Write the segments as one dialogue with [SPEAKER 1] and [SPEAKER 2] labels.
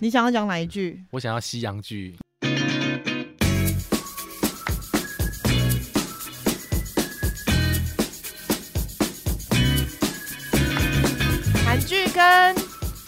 [SPEAKER 1] 你想要讲哪一句？
[SPEAKER 2] 我想要西洋剧，
[SPEAKER 1] 韩剧跟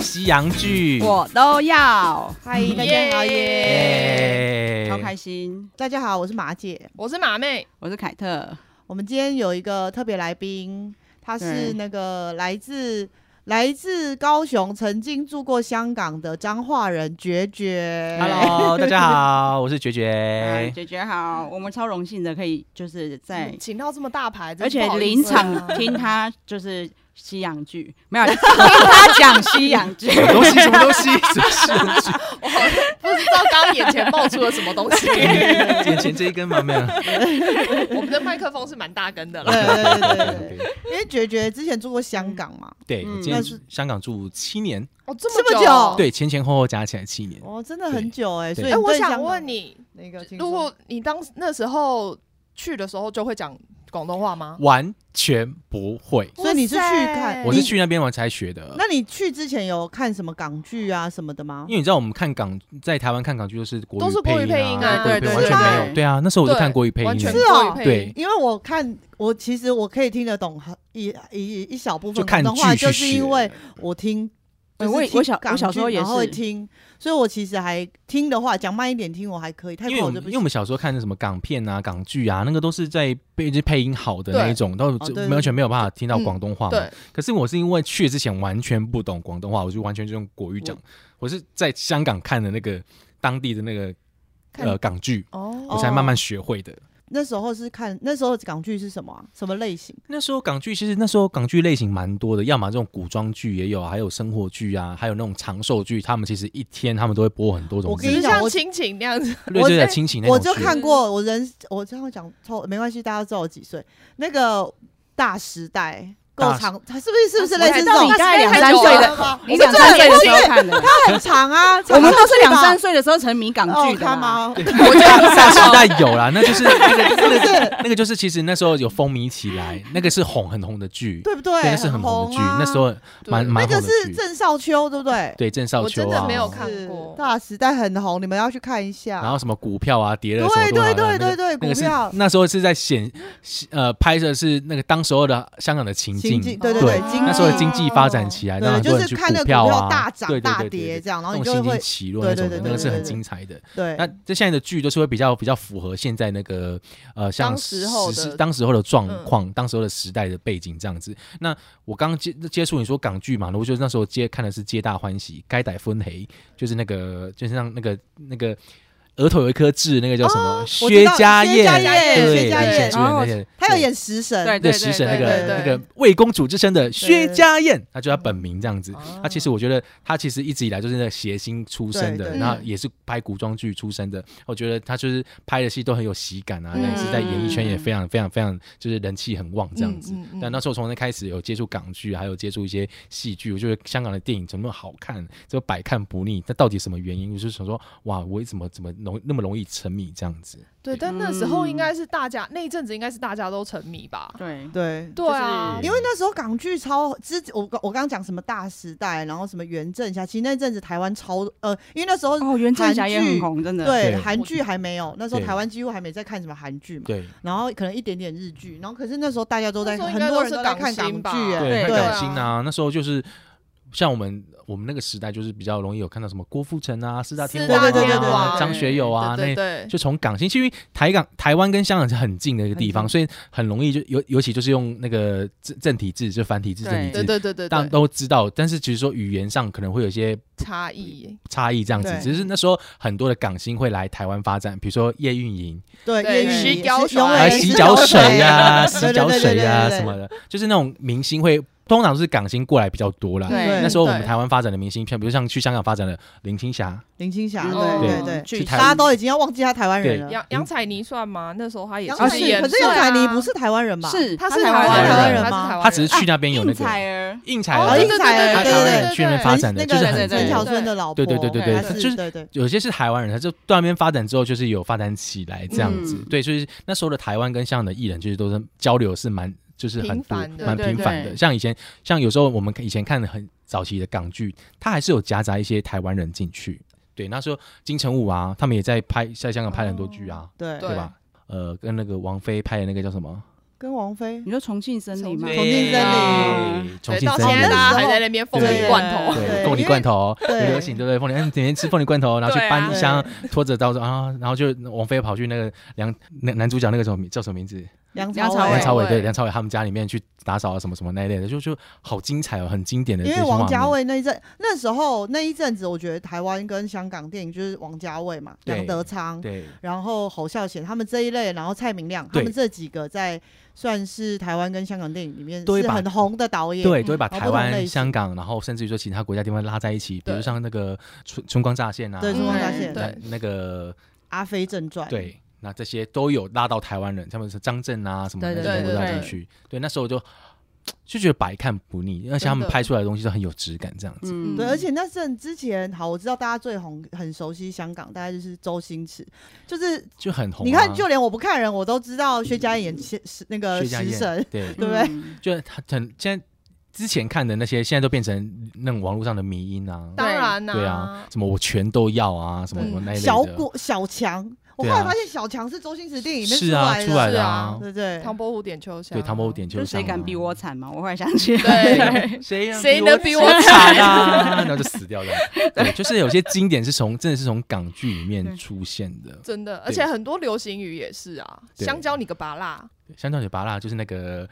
[SPEAKER 2] 西洋剧。
[SPEAKER 3] 我都要。
[SPEAKER 1] 嗨，大家好耶！
[SPEAKER 2] 耶
[SPEAKER 3] 超开心！
[SPEAKER 1] 大家好，我是马姐。
[SPEAKER 4] 我是马妹，
[SPEAKER 3] 我是凯特，
[SPEAKER 1] 我们今天有一个特别来宾，他是
[SPEAKER 3] 对
[SPEAKER 1] 那个来自来自高雄，曾经住过香港的彰化人绝绝。
[SPEAKER 2] Hello，大家好，我是绝
[SPEAKER 3] 哎，
[SPEAKER 2] 绝。
[SPEAKER 3] 姐姐好，我们超荣幸的可以就是在，
[SPEAKER 4] 嗯请到这么大牌，真
[SPEAKER 3] 而且
[SPEAKER 4] 不好意
[SPEAKER 3] 临
[SPEAKER 4] 思啊
[SPEAKER 3] 场听他就是西洋 剧，没有听他讲西洋剧，
[SPEAKER 2] 什么东西？什么东西？什么西洋剧？
[SPEAKER 4] 我好像不知道刚刚眼前冒出了什么东 西。
[SPEAKER 2] 眼前这一根吗？没有。
[SPEAKER 4] 我们的麦克风是蛮大根的
[SPEAKER 1] 对
[SPEAKER 4] 了，
[SPEAKER 1] 对对对对，因为绝绝之前住过香港嘛，
[SPEAKER 2] 对，我
[SPEAKER 3] 嗯
[SPEAKER 2] 今
[SPEAKER 1] 那
[SPEAKER 2] 天
[SPEAKER 1] 是
[SPEAKER 2] 香港住七年，
[SPEAKER 4] 哦，这
[SPEAKER 1] 这么
[SPEAKER 4] 么
[SPEAKER 1] 久
[SPEAKER 2] 对，前前后后加起来七年。
[SPEAKER 1] 哦，真的很久哎，
[SPEAKER 2] 对
[SPEAKER 1] 所以
[SPEAKER 4] 嗯哎，我
[SPEAKER 1] 对香
[SPEAKER 4] 想
[SPEAKER 1] 港
[SPEAKER 4] 问你，
[SPEAKER 1] 那个，请
[SPEAKER 4] 如果你当那时候去的时候就会讲广东话吗？
[SPEAKER 2] 完全不会，
[SPEAKER 1] 说所以你是去
[SPEAKER 4] 哇塞
[SPEAKER 1] 看
[SPEAKER 2] 我是
[SPEAKER 1] 你
[SPEAKER 2] 去那边我才学的。
[SPEAKER 1] 那你去之前有看什么港剧啊什么的吗
[SPEAKER 2] 因？为你知道我们看港在台湾看港剧都是国
[SPEAKER 4] 都是国
[SPEAKER 2] 语
[SPEAKER 4] 语配
[SPEAKER 2] 音
[SPEAKER 4] 音
[SPEAKER 2] 啊，
[SPEAKER 4] 啊
[SPEAKER 2] 国语配
[SPEAKER 3] 对
[SPEAKER 2] 完
[SPEAKER 3] 对
[SPEAKER 2] 全
[SPEAKER 3] 对
[SPEAKER 2] 没有。对啊，那时候我就
[SPEAKER 4] 对
[SPEAKER 2] 看国语配音
[SPEAKER 4] 完全
[SPEAKER 2] 了
[SPEAKER 1] 是，哦
[SPEAKER 4] 不会配
[SPEAKER 2] 对，
[SPEAKER 1] 因为我看，我其实我可以听得懂很一一一小部
[SPEAKER 2] 就
[SPEAKER 1] 分
[SPEAKER 2] 看
[SPEAKER 1] 广东
[SPEAKER 2] 剧
[SPEAKER 1] 话，
[SPEAKER 2] 去
[SPEAKER 1] 就是
[SPEAKER 2] 学。
[SPEAKER 1] 因为我听，
[SPEAKER 3] 哎
[SPEAKER 1] 就是
[SPEAKER 3] 我也
[SPEAKER 1] 听
[SPEAKER 3] 我小
[SPEAKER 1] 港
[SPEAKER 3] 我小时候
[SPEAKER 1] 剧
[SPEAKER 3] 也
[SPEAKER 1] 然后会
[SPEAKER 3] 是
[SPEAKER 1] 听，所以我其实还听的话，讲慢一点听我还可以，太
[SPEAKER 2] 因
[SPEAKER 1] 快
[SPEAKER 2] 为我
[SPEAKER 1] 我就
[SPEAKER 2] 们
[SPEAKER 1] 不
[SPEAKER 2] 因为我
[SPEAKER 1] 行。
[SPEAKER 2] 们小时候看的什么港片啊、港剧啊，那个都是在被就配音好的那一种，到
[SPEAKER 1] 对对
[SPEAKER 2] 完全没有办法听到
[SPEAKER 4] 嗯
[SPEAKER 2] 广东话嘛。
[SPEAKER 4] 对，
[SPEAKER 2] 可是我是因为去之前完全不懂广东话，我就完全就用国语讲。我是在香港看的那个当地的那个
[SPEAKER 4] 看
[SPEAKER 2] 呃港剧，我
[SPEAKER 4] 哦，
[SPEAKER 2] 才慢慢学会的。
[SPEAKER 1] 那时候是看那时候港剧是什么啊、什么类型？
[SPEAKER 2] 那时候港剧其实那时候港剧类型蛮多的，要么这种古装剧也有啊，还有生活剧啊，还有那种长寿剧，他们其实一天他们都会播很多种
[SPEAKER 1] 我
[SPEAKER 2] 日
[SPEAKER 1] 跟
[SPEAKER 2] 剧
[SPEAKER 1] 你
[SPEAKER 4] 就
[SPEAKER 1] 讲
[SPEAKER 4] 像
[SPEAKER 1] 我
[SPEAKER 4] 亲情那样子，
[SPEAKER 2] 对
[SPEAKER 1] 我
[SPEAKER 2] 对
[SPEAKER 1] 在
[SPEAKER 2] 对，亲情那
[SPEAKER 1] 我
[SPEAKER 2] 种
[SPEAKER 1] 就
[SPEAKER 2] 剧
[SPEAKER 1] 看过，我人我这样讲错没关系，大家知道我几岁。那个《大时代》够
[SPEAKER 2] 大
[SPEAKER 1] 长，它是不是是不是
[SPEAKER 3] 啊我
[SPEAKER 1] 类
[SPEAKER 3] 才
[SPEAKER 1] 似这
[SPEAKER 3] 到
[SPEAKER 1] 种
[SPEAKER 3] 你大？概两
[SPEAKER 4] 太
[SPEAKER 3] 三
[SPEAKER 4] 久
[SPEAKER 3] 岁
[SPEAKER 4] 了
[SPEAKER 3] 的，
[SPEAKER 4] 吗？
[SPEAKER 3] 你两三岁的时候看的，
[SPEAKER 1] 它 很长啊，
[SPEAKER 3] 我们都是两
[SPEAKER 1] 三
[SPEAKER 3] 三岁的时候沉迷港
[SPEAKER 1] 哦
[SPEAKER 3] 剧，的
[SPEAKER 1] 看
[SPEAKER 3] 啦。
[SPEAKER 1] 吗？
[SPEAKER 4] 我就很
[SPEAKER 2] 大时
[SPEAKER 4] 想
[SPEAKER 2] 代有啦，那就是那个那
[SPEAKER 1] 是不是
[SPEAKER 2] 个那个就是其实那时候有风靡起来，那个是红很红的剧，
[SPEAKER 1] 对不对？
[SPEAKER 2] 那个是很红的剧，
[SPEAKER 1] 啊
[SPEAKER 2] 那时候蛮
[SPEAKER 4] 对
[SPEAKER 2] 蛮
[SPEAKER 1] 那
[SPEAKER 2] 红
[SPEAKER 1] 个
[SPEAKER 2] 的
[SPEAKER 1] 是
[SPEAKER 2] 剧。
[SPEAKER 1] 郑少秋，对不对？
[SPEAKER 2] 对郑少
[SPEAKER 4] 我
[SPEAKER 2] 秋
[SPEAKER 4] 真的
[SPEAKER 2] 啊，
[SPEAKER 4] 没有看过
[SPEAKER 1] 是大时代很红，你们要去看一下。
[SPEAKER 2] 然后什么股票啊跌了什么
[SPEAKER 1] 对
[SPEAKER 2] 多少
[SPEAKER 1] 对
[SPEAKER 2] 的
[SPEAKER 1] 对
[SPEAKER 2] 那
[SPEAKER 1] 对
[SPEAKER 2] 个
[SPEAKER 1] 对，
[SPEAKER 2] 那
[SPEAKER 1] 股
[SPEAKER 2] 个是
[SPEAKER 1] 票
[SPEAKER 2] 那时候是在显呃拍摄是那个当时候的香港的情境，
[SPEAKER 1] 对对
[SPEAKER 2] 对
[SPEAKER 1] 对，经
[SPEAKER 2] 那时候的
[SPEAKER 1] 济
[SPEAKER 2] 经济发
[SPEAKER 4] 哦
[SPEAKER 2] 展起来，让
[SPEAKER 1] 对，
[SPEAKER 2] 很
[SPEAKER 1] 就
[SPEAKER 2] 多人
[SPEAKER 1] 是
[SPEAKER 2] 去
[SPEAKER 1] 看那个股
[SPEAKER 2] 票
[SPEAKER 1] 票大
[SPEAKER 2] 啊，
[SPEAKER 1] 涨
[SPEAKER 2] 对对
[SPEAKER 1] 大
[SPEAKER 2] 对
[SPEAKER 1] 跌
[SPEAKER 2] 对，
[SPEAKER 1] 这样，然
[SPEAKER 2] 那
[SPEAKER 1] 后你
[SPEAKER 2] 种
[SPEAKER 1] 就
[SPEAKER 2] 心
[SPEAKER 1] 会
[SPEAKER 2] 情起落那种
[SPEAKER 1] 对对
[SPEAKER 2] 的，
[SPEAKER 1] 对
[SPEAKER 2] 那个是很
[SPEAKER 1] 对对
[SPEAKER 2] 精彩的。
[SPEAKER 1] 对
[SPEAKER 2] 那这现在的剧都是会比较比较符合现在那个呃，像
[SPEAKER 4] 当时候
[SPEAKER 2] 时
[SPEAKER 4] 的
[SPEAKER 2] 当时候的状况、当时候的时代的背景这样子。那我刚接接触你说港剧嘛，我就那时候接看的是《皆大欢喜》，该逮分黑，就是那个就是像那个那个额头有一颗痣，那个叫什么？
[SPEAKER 1] 我知
[SPEAKER 2] 薛
[SPEAKER 1] 道
[SPEAKER 2] 家
[SPEAKER 1] 薛
[SPEAKER 2] 燕，
[SPEAKER 1] 家燕
[SPEAKER 2] 对，
[SPEAKER 1] 薛家
[SPEAKER 2] 以前
[SPEAKER 1] 燕
[SPEAKER 2] 主演那些，
[SPEAKER 1] 他有演食神，
[SPEAKER 3] 对
[SPEAKER 2] 对食神那
[SPEAKER 1] 对
[SPEAKER 2] 个
[SPEAKER 1] 对
[SPEAKER 2] 那
[SPEAKER 4] 对
[SPEAKER 2] 个魏公主之称的薛
[SPEAKER 1] 对
[SPEAKER 2] 家燕，她就她本名这样子。
[SPEAKER 4] 哦
[SPEAKER 2] 她其实我觉得她其实一直以来就是那个谐星出身
[SPEAKER 1] 对
[SPEAKER 2] 的，
[SPEAKER 1] 对
[SPEAKER 2] 然后
[SPEAKER 4] 嗯
[SPEAKER 2] 也是拍古装剧出身的。我觉得她就是拍的戏都很有喜感啊，
[SPEAKER 4] 嗯
[SPEAKER 2] 那也是在演艺圈也非常非常非常就是人气很旺这样子
[SPEAKER 4] 嗯嗯。嗯
[SPEAKER 2] 但那时候从那开始有接触港剧，还有接触一些戏剧，我觉得香港的电影怎么那么好看，就百看不腻。那到底什么原因？我就想说，哇，我怎么怎么容那么容易沉迷这样子？
[SPEAKER 4] 对，但那时候
[SPEAKER 2] 嗯
[SPEAKER 4] 应该是大家那一阵子应该是大家都沉迷吧？
[SPEAKER 3] 对，
[SPEAKER 1] 对。
[SPEAKER 4] 对啊
[SPEAKER 2] 就是
[SPEAKER 1] 因为那时候港剧超之，我我刚刚讲什么大时代，然后什么袁振霞，其实那阵子台湾超呃，因为那时候
[SPEAKER 3] 哦，袁振霞也很红，真的。
[SPEAKER 1] 对
[SPEAKER 2] 对
[SPEAKER 1] 韩剧还没有，那时候
[SPEAKER 2] 对
[SPEAKER 1] 台湾几乎还没在看什么韩剧嘛，
[SPEAKER 2] 对
[SPEAKER 1] 然后可能一点点日剧，然后可是那时候大家都在
[SPEAKER 4] 那时候
[SPEAKER 1] 看，很
[SPEAKER 4] 应该
[SPEAKER 1] 多
[SPEAKER 4] 都
[SPEAKER 1] 人
[SPEAKER 4] 是
[SPEAKER 1] 都在看港
[SPEAKER 4] 港星吧
[SPEAKER 1] 剧，哎
[SPEAKER 3] 对
[SPEAKER 2] 看
[SPEAKER 1] 对
[SPEAKER 2] 港星啊，那时候就是像我们我们那个时代，就是比较容易有看到什么郭富城啊、四大天王啊、
[SPEAKER 1] 四大天王
[SPEAKER 2] 张学友啊，
[SPEAKER 4] 对对
[SPEAKER 2] 那
[SPEAKER 4] 对，
[SPEAKER 2] 就从港星，因为台港台湾跟香港是很近的一个地
[SPEAKER 1] 嗯
[SPEAKER 2] 方，
[SPEAKER 3] 很
[SPEAKER 2] 所以很容易就尤尤其就是用那个正正体字，就繁体字、
[SPEAKER 3] 对
[SPEAKER 2] 正体
[SPEAKER 4] 对
[SPEAKER 2] 字。
[SPEAKER 4] 对对对
[SPEAKER 2] 大家
[SPEAKER 4] 对，
[SPEAKER 2] 都知道，但是其实说语言上可能会有一些
[SPEAKER 4] 差异，
[SPEAKER 2] 差异，这样子
[SPEAKER 1] 对。
[SPEAKER 2] 只是那时候很多的港星会来台湾发展，比如说叶蕴莹，
[SPEAKER 1] 对，
[SPEAKER 4] 对
[SPEAKER 1] 粤语
[SPEAKER 4] 洗脚水
[SPEAKER 1] 永远
[SPEAKER 2] 来
[SPEAKER 4] 哎
[SPEAKER 1] 是
[SPEAKER 2] 洗脚水呀、
[SPEAKER 1] 对
[SPEAKER 2] 洗脚水呀、什。
[SPEAKER 1] 对对对对对对
[SPEAKER 2] 么的，就是那种明星会，通常都是港星过来比较多啦。
[SPEAKER 3] 对
[SPEAKER 2] 那时候我们
[SPEAKER 4] 对
[SPEAKER 2] 台湾发展的明星，像比如像去香港发展的林青霞，
[SPEAKER 1] 林青霞，
[SPEAKER 3] 嗯
[SPEAKER 1] 对对
[SPEAKER 4] 哦
[SPEAKER 1] 对，
[SPEAKER 3] 去
[SPEAKER 2] 去台
[SPEAKER 1] 大
[SPEAKER 2] 湾
[SPEAKER 1] 家都已经要忘记他台湾人
[SPEAKER 2] 对
[SPEAKER 1] 了。
[SPEAKER 4] 杨杨采妮算吗？那时候她也
[SPEAKER 1] 杨
[SPEAKER 3] 啊
[SPEAKER 1] 采
[SPEAKER 3] 是
[SPEAKER 1] 妮，
[SPEAKER 4] 演
[SPEAKER 1] 可是
[SPEAKER 4] 对
[SPEAKER 1] 杨采妮
[SPEAKER 4] 啊
[SPEAKER 1] 不是台湾人吧？
[SPEAKER 3] 是
[SPEAKER 4] 她
[SPEAKER 3] 她
[SPEAKER 4] 是
[SPEAKER 3] 台
[SPEAKER 4] 湾
[SPEAKER 2] 台湾
[SPEAKER 4] 人，
[SPEAKER 2] 人
[SPEAKER 1] 吗
[SPEAKER 2] 啊
[SPEAKER 4] 她是台湾人，
[SPEAKER 2] 她只是去那边有那
[SPEAKER 3] 应
[SPEAKER 2] 个
[SPEAKER 3] 采儿，
[SPEAKER 2] 应采
[SPEAKER 4] 哦
[SPEAKER 1] 哦
[SPEAKER 2] 儿
[SPEAKER 4] 对
[SPEAKER 1] 应，
[SPEAKER 4] 对
[SPEAKER 1] 采儿
[SPEAKER 4] 对
[SPEAKER 2] 她
[SPEAKER 1] 对对
[SPEAKER 2] 台湾
[SPEAKER 1] 对
[SPEAKER 2] 人去那边发展
[SPEAKER 1] 那
[SPEAKER 2] 的，就
[SPEAKER 1] 个
[SPEAKER 2] 是
[SPEAKER 3] 对
[SPEAKER 2] 很
[SPEAKER 3] 对
[SPEAKER 1] 陈
[SPEAKER 3] 对
[SPEAKER 1] 小
[SPEAKER 2] 正。
[SPEAKER 1] 春的老婆，
[SPEAKER 2] 对对对对
[SPEAKER 4] 对
[SPEAKER 1] 她
[SPEAKER 2] 就是
[SPEAKER 1] 对对。
[SPEAKER 2] 有些是台湾人，他就到那边发展之后，就是有发展起来这样子。
[SPEAKER 3] 嗯
[SPEAKER 2] 对，所以那时候的台湾跟香港的艺人，就是都是交流是蛮就是很
[SPEAKER 4] 频
[SPEAKER 2] 多
[SPEAKER 4] 繁的
[SPEAKER 2] 蛮
[SPEAKER 3] 对
[SPEAKER 2] 频
[SPEAKER 3] 对
[SPEAKER 2] 繁的。
[SPEAKER 3] 对
[SPEAKER 2] 像以前，像有时候我们以前看很早期的港剧，它还是有夹杂一些台湾人进去。对，那时候金城武啊，他们也在拍，在香港拍了很多剧啊，
[SPEAKER 1] 对，
[SPEAKER 2] 对吧？呃，跟那个王菲拍的那个叫什么？
[SPEAKER 1] 跟王菲
[SPEAKER 3] 你说重庆森林吗
[SPEAKER 4] 重？
[SPEAKER 1] 庆森
[SPEAKER 3] 林
[SPEAKER 2] 对，重
[SPEAKER 4] 对，
[SPEAKER 2] 庆
[SPEAKER 4] 到
[SPEAKER 2] 森
[SPEAKER 4] 现在
[SPEAKER 2] 林。
[SPEAKER 4] 大家还在那边凤梨
[SPEAKER 1] 对
[SPEAKER 4] 罐头，
[SPEAKER 1] 对
[SPEAKER 2] 对，凤梨罐头
[SPEAKER 1] 因为
[SPEAKER 2] 流行，对不对？凤梨，嗯， 每天吃凤梨罐头，然后去
[SPEAKER 4] 对啊
[SPEAKER 2] 搬箱，拖着刀子啊，然后就王菲跑去那个梁男男主角那个什么名叫什么名字？
[SPEAKER 1] 梁
[SPEAKER 3] 梁
[SPEAKER 1] 朝
[SPEAKER 3] 朝
[SPEAKER 2] 梁
[SPEAKER 3] 伟
[SPEAKER 2] 朝伟对
[SPEAKER 4] 对
[SPEAKER 2] 梁朝伟他们家里面去打扫啊什么什么那一类的，就就好精彩哦，很经典的这
[SPEAKER 1] 因
[SPEAKER 2] 些
[SPEAKER 1] 为
[SPEAKER 2] 画面。
[SPEAKER 1] 王家卫那一阵，那时候那一阵子，我觉得台湾跟香港电影就是王家卫嘛，
[SPEAKER 2] 对
[SPEAKER 1] 杨德昌，
[SPEAKER 2] 对
[SPEAKER 1] 然后侯孝贤他们这一类，然后蔡明亮他
[SPEAKER 2] 对
[SPEAKER 1] 们这几个在算是台湾跟香港电影里面
[SPEAKER 2] 对
[SPEAKER 1] 是
[SPEAKER 2] 吧
[SPEAKER 1] 很红的导演。
[SPEAKER 2] 对，都会
[SPEAKER 3] 嗯
[SPEAKER 2] 把
[SPEAKER 1] 好不
[SPEAKER 2] 台
[SPEAKER 1] 同类
[SPEAKER 2] 湾、
[SPEAKER 1] 型
[SPEAKER 2] 香港，然后甚至于说其他国家地方拉在一起，比如
[SPEAKER 4] 对
[SPEAKER 2] 像那个春春光乍现啊，
[SPEAKER 1] 对，
[SPEAKER 4] 嗯
[SPEAKER 1] 中光乍现，
[SPEAKER 4] 对
[SPEAKER 2] 那那个
[SPEAKER 1] 阿飞正传，，
[SPEAKER 2] 对，那这些都有拉到台湾人，他们是张震啊什么的，
[SPEAKER 3] 对
[SPEAKER 2] 那
[SPEAKER 3] 对
[SPEAKER 2] 些
[SPEAKER 4] 对
[SPEAKER 2] 都拉进
[SPEAKER 4] 对
[SPEAKER 2] 去。对，那时候就就觉得百看不腻，而且他们
[SPEAKER 4] 真的
[SPEAKER 2] 拍出来的东西都很有质感，这样子。
[SPEAKER 3] 嗯，
[SPEAKER 1] 对，而且那阵之前，好，我知道大家最红、很熟悉香港，大概就是周星驰，就是
[SPEAKER 2] 就很红啊、嗯
[SPEAKER 1] 你看，就连我不看人，我都知道薛家燕演是是那个
[SPEAKER 2] 薛家
[SPEAKER 1] 食
[SPEAKER 2] 燕
[SPEAKER 1] 神，
[SPEAKER 2] 对，
[SPEAKER 1] 对不对
[SPEAKER 3] 嗯
[SPEAKER 2] 就他很现在之前看的那些，现在都变成那种网络上的迷音啊，
[SPEAKER 4] 当然啦，
[SPEAKER 2] 对啊，什么我全都要啊，什么什么
[SPEAKER 4] 嗯
[SPEAKER 2] 那一类的。
[SPEAKER 1] 小果小强。我后
[SPEAKER 2] 对啊
[SPEAKER 1] 来发现小强是周星驰电影里面
[SPEAKER 2] 是啊，
[SPEAKER 1] 出
[SPEAKER 2] 出
[SPEAKER 1] 来的，
[SPEAKER 2] 来的
[SPEAKER 4] 是啊
[SPEAKER 1] 对不对？
[SPEAKER 4] 唐伯虎点秋香，
[SPEAKER 2] 对，唐伯虎，点秋
[SPEAKER 3] 就
[SPEAKER 2] 香、啊，
[SPEAKER 3] 谁敢比我惨嘛？我忽然想起来，
[SPEAKER 4] 对，
[SPEAKER 2] 谁啊
[SPEAKER 4] 谁能比我
[SPEAKER 2] 惨啊？ 然后就死掉了。对，就是有些经典是从真的是从港剧里面
[SPEAKER 3] 对
[SPEAKER 2] 出现的，
[SPEAKER 4] 真的，而且很多流行语也是啊，
[SPEAKER 2] 对
[SPEAKER 4] 香蕉你个拔辣，
[SPEAKER 2] 香蕉嘴巴啦，就是那个，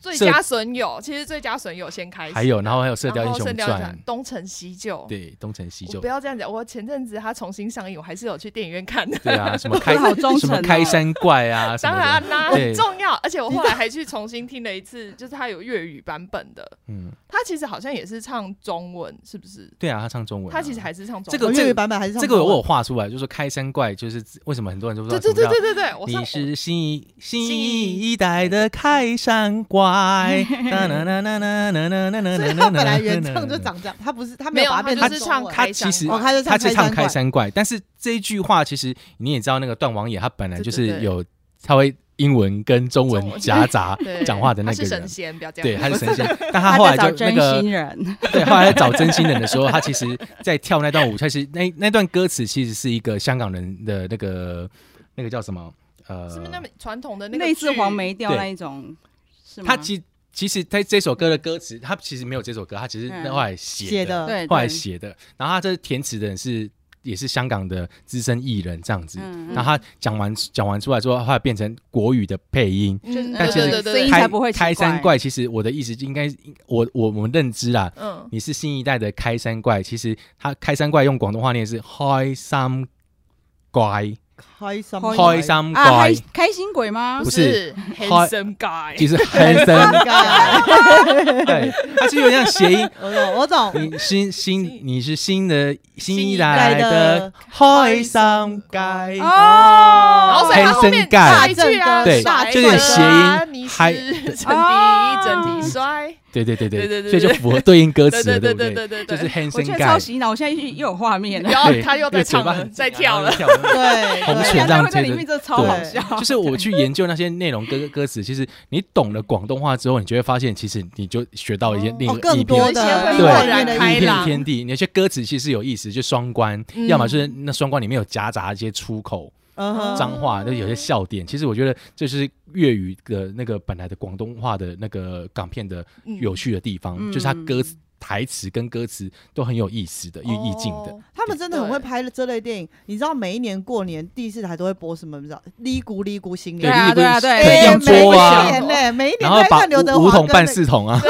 [SPEAKER 4] 最佳损友，其实最佳损友先开始，
[SPEAKER 2] 还有然后还有《射
[SPEAKER 4] 然后
[SPEAKER 2] 雕英雄
[SPEAKER 4] 射雕
[SPEAKER 2] 传》，
[SPEAKER 4] 东成西就，
[SPEAKER 2] 对，东成西
[SPEAKER 4] 我
[SPEAKER 2] 就
[SPEAKER 4] 不，要这样讲，我前阵子它重新上映，我还是有去电影院看的。
[SPEAKER 2] 对啊，什 么开
[SPEAKER 3] 好忠诚哦
[SPEAKER 2] 什么开山怪啊， 什
[SPEAKER 4] 当
[SPEAKER 2] 么的，
[SPEAKER 4] 然啦，
[SPEAKER 2] 对
[SPEAKER 4] 很重要。而且我后来还去重新听了一次，就是它有粤语版本的，
[SPEAKER 2] 嗯，
[SPEAKER 4] 它其实好像也是唱中文，是不是？
[SPEAKER 2] 对啊，他唱中文啊，
[SPEAKER 4] 它其实还是唱中
[SPEAKER 2] 这个
[SPEAKER 4] 文。
[SPEAKER 1] 我粤语版本还是唱
[SPEAKER 2] 这个
[SPEAKER 1] 中
[SPEAKER 2] 我
[SPEAKER 1] 文
[SPEAKER 2] 有画出来，就是说开山怪，就是为什么很多人都不知道
[SPEAKER 4] 对
[SPEAKER 2] 什
[SPEAKER 4] 对
[SPEAKER 2] 么
[SPEAKER 4] 对
[SPEAKER 2] 叫
[SPEAKER 4] 对对对，我上
[SPEAKER 2] 你是新新
[SPEAKER 4] 新
[SPEAKER 2] 一代的开山怪， 哒啦啦啦啦啦啦啦啦啦
[SPEAKER 1] 所以
[SPEAKER 2] 啦
[SPEAKER 1] 他 本来原
[SPEAKER 2] 啦
[SPEAKER 1] 唱就
[SPEAKER 2] 啦
[SPEAKER 1] 长这样，他不是他
[SPEAKER 4] 没
[SPEAKER 1] 有
[SPEAKER 4] 有，
[SPEAKER 1] 把它
[SPEAKER 4] 它
[SPEAKER 1] 变
[SPEAKER 4] 就
[SPEAKER 1] 成
[SPEAKER 4] 是
[SPEAKER 1] 中
[SPEAKER 4] 唱
[SPEAKER 1] 文
[SPEAKER 4] 开
[SPEAKER 2] 他
[SPEAKER 4] 箱
[SPEAKER 2] 其实
[SPEAKER 1] 哦，他就
[SPEAKER 2] 他
[SPEAKER 1] 唱
[SPEAKER 2] 是唱开
[SPEAKER 1] 开山
[SPEAKER 2] 山怪，但是这一句话其实你也知道，那个段王爷他本来就是
[SPEAKER 4] 对对对
[SPEAKER 2] 有他会英文跟中
[SPEAKER 4] 中
[SPEAKER 2] 文
[SPEAKER 4] 文
[SPEAKER 2] 夹杂
[SPEAKER 4] 对
[SPEAKER 2] 讲话的那
[SPEAKER 4] 他
[SPEAKER 2] 个
[SPEAKER 4] 是神
[SPEAKER 2] 人。
[SPEAKER 4] 仙，不要这样。
[SPEAKER 2] 对，他是神仙，但他
[SPEAKER 3] 他
[SPEAKER 2] 后
[SPEAKER 3] 在
[SPEAKER 2] 来就
[SPEAKER 3] 找
[SPEAKER 2] 那
[SPEAKER 3] 真
[SPEAKER 2] 个
[SPEAKER 3] 心人，
[SPEAKER 2] 对，后来在找真心人的时候，他其实在跳那段舞，其实那那段歌词其实是一个香港人的那个那个叫什么呃，
[SPEAKER 4] 是不是那么传统的那个
[SPEAKER 3] 类似
[SPEAKER 4] 剧
[SPEAKER 3] 黄梅调
[SPEAKER 2] 对
[SPEAKER 3] 那一种，是吗？
[SPEAKER 2] 他其其实他这首歌的歌词，他其实没有这首歌，他只是
[SPEAKER 3] 嗯
[SPEAKER 2] 后来
[SPEAKER 1] 写
[SPEAKER 2] 写的，
[SPEAKER 1] 的，
[SPEAKER 3] 对，
[SPEAKER 2] 后来
[SPEAKER 3] 对
[SPEAKER 2] 写的。然后他这填词的人是也是香港的资深艺人这样子。
[SPEAKER 3] 嗯嗯
[SPEAKER 2] 然后他讲完讲完出来之后，后来变成国语的配音。
[SPEAKER 4] 嗯
[SPEAKER 3] 就是
[SPEAKER 4] 对
[SPEAKER 2] 但
[SPEAKER 4] 对
[SPEAKER 2] 其实
[SPEAKER 4] 对对
[SPEAKER 3] 声音
[SPEAKER 4] 对，
[SPEAKER 3] 才
[SPEAKER 2] 开
[SPEAKER 3] 不会奇
[SPEAKER 2] 开山
[SPEAKER 3] 怪
[SPEAKER 2] 怪，其实我的意思应该，我我我们认知啦，
[SPEAKER 4] 嗯，
[SPEAKER 2] 你是新一代的开山怪，其实他开山怪用广东话念是开山怪，
[SPEAKER 1] 开心
[SPEAKER 2] 开山
[SPEAKER 3] 啊，
[SPEAKER 2] 怪
[SPEAKER 3] 开，开心鬼吗
[SPEAKER 2] 不？
[SPEAKER 4] 是
[SPEAKER 2] 是
[SPEAKER 4] handsome guy，
[SPEAKER 2] 其实很深，
[SPEAKER 1] 怪，
[SPEAKER 2] 对，它是有点像谐音，
[SPEAKER 1] 我懂我懂，
[SPEAKER 2] 你新新你是新的新
[SPEAKER 4] 新
[SPEAKER 2] 一
[SPEAKER 4] 一
[SPEAKER 2] 代
[SPEAKER 1] 代
[SPEAKER 2] 的
[SPEAKER 1] 的
[SPEAKER 2] 开心盖
[SPEAKER 3] 哦
[SPEAKER 4] 然后所以他后面
[SPEAKER 2] 大
[SPEAKER 4] 下
[SPEAKER 1] 正
[SPEAKER 4] 一句啊，
[SPEAKER 1] 哥
[SPEAKER 2] 对
[SPEAKER 4] 甩
[SPEAKER 2] 就有点
[SPEAKER 4] 甩
[SPEAKER 2] 谐音
[SPEAKER 4] 你是
[SPEAKER 2] 嗨
[SPEAKER 4] 整体
[SPEAKER 3] 哦
[SPEAKER 4] 整体摔，
[SPEAKER 2] 对对对
[SPEAKER 4] 对
[SPEAKER 2] 对，
[SPEAKER 4] 对
[SPEAKER 2] 所
[SPEAKER 4] 对
[SPEAKER 2] 以就符合对应歌
[SPEAKER 4] 对
[SPEAKER 2] 词了，
[SPEAKER 4] 对
[SPEAKER 2] 不对？
[SPEAKER 4] 对对
[SPEAKER 2] 就是
[SPEAKER 4] 对，
[SPEAKER 2] hand
[SPEAKER 3] 我觉
[SPEAKER 2] sing
[SPEAKER 3] 得超
[SPEAKER 2] guy，
[SPEAKER 3] 洗脑，我现在又又有画面了，
[SPEAKER 4] 然后
[SPEAKER 2] 对
[SPEAKER 4] 他又
[SPEAKER 2] 那
[SPEAKER 4] 在
[SPEAKER 2] 个嘴
[SPEAKER 4] 唱
[SPEAKER 2] 巴
[SPEAKER 4] 了，
[SPEAKER 2] 很
[SPEAKER 4] 在跳了，，
[SPEAKER 2] 然后跳
[SPEAKER 1] 对，
[SPEAKER 2] 红
[SPEAKER 1] 对哦
[SPEAKER 2] 雪
[SPEAKER 3] 大家
[SPEAKER 2] 让
[SPEAKER 3] 会在
[SPEAKER 2] 这
[SPEAKER 3] 里
[SPEAKER 2] 个
[SPEAKER 3] 面真的超好笑。
[SPEAKER 2] 就是我去研究那些内容歌歌词，其实你懂了广东话之后，你就会发现，其实你就学到一些另
[SPEAKER 1] 哦，
[SPEAKER 2] 一
[SPEAKER 1] 更
[SPEAKER 2] 片
[SPEAKER 1] 多
[SPEAKER 4] 有一些
[SPEAKER 1] 的
[SPEAKER 4] 会
[SPEAKER 1] 另外
[SPEAKER 2] 对
[SPEAKER 1] 一面的
[SPEAKER 4] 开
[SPEAKER 2] 一片
[SPEAKER 4] 朗
[SPEAKER 2] 天地。那些歌词其实有意思，就双关，
[SPEAKER 4] 嗯
[SPEAKER 2] 要么就是那双关里面有夹杂一些粗口、
[SPEAKER 1] 嗯哼
[SPEAKER 2] 脏话，就有些笑点。其实我觉得这是粤语的那个本来的广东话的那个港片的
[SPEAKER 4] 嗯
[SPEAKER 2] 有趣的地方，
[SPEAKER 3] 嗯
[SPEAKER 2] 就是它歌词。台词跟歌词都很有意思的，意意境的，
[SPEAKER 4] 哦
[SPEAKER 1] 他们真的很会
[SPEAKER 4] 对
[SPEAKER 1] 拍这类电影。你知道每一年过年第四台都会播什么？你知道《哩咕哩咕新
[SPEAKER 2] 对
[SPEAKER 1] 年》
[SPEAKER 3] 啊
[SPEAKER 2] 对
[SPEAKER 3] 对啊对
[SPEAKER 2] 可以用
[SPEAKER 1] 哎每一
[SPEAKER 2] 桌啊，
[SPEAKER 1] 年呢，每一年 都
[SPEAKER 2] 然后
[SPEAKER 1] 在
[SPEAKER 2] 把
[SPEAKER 1] 看刘德
[SPEAKER 2] 梧
[SPEAKER 1] 华
[SPEAKER 2] 桐
[SPEAKER 1] 跟
[SPEAKER 2] 扮
[SPEAKER 1] 那
[SPEAKER 2] 四筒啊，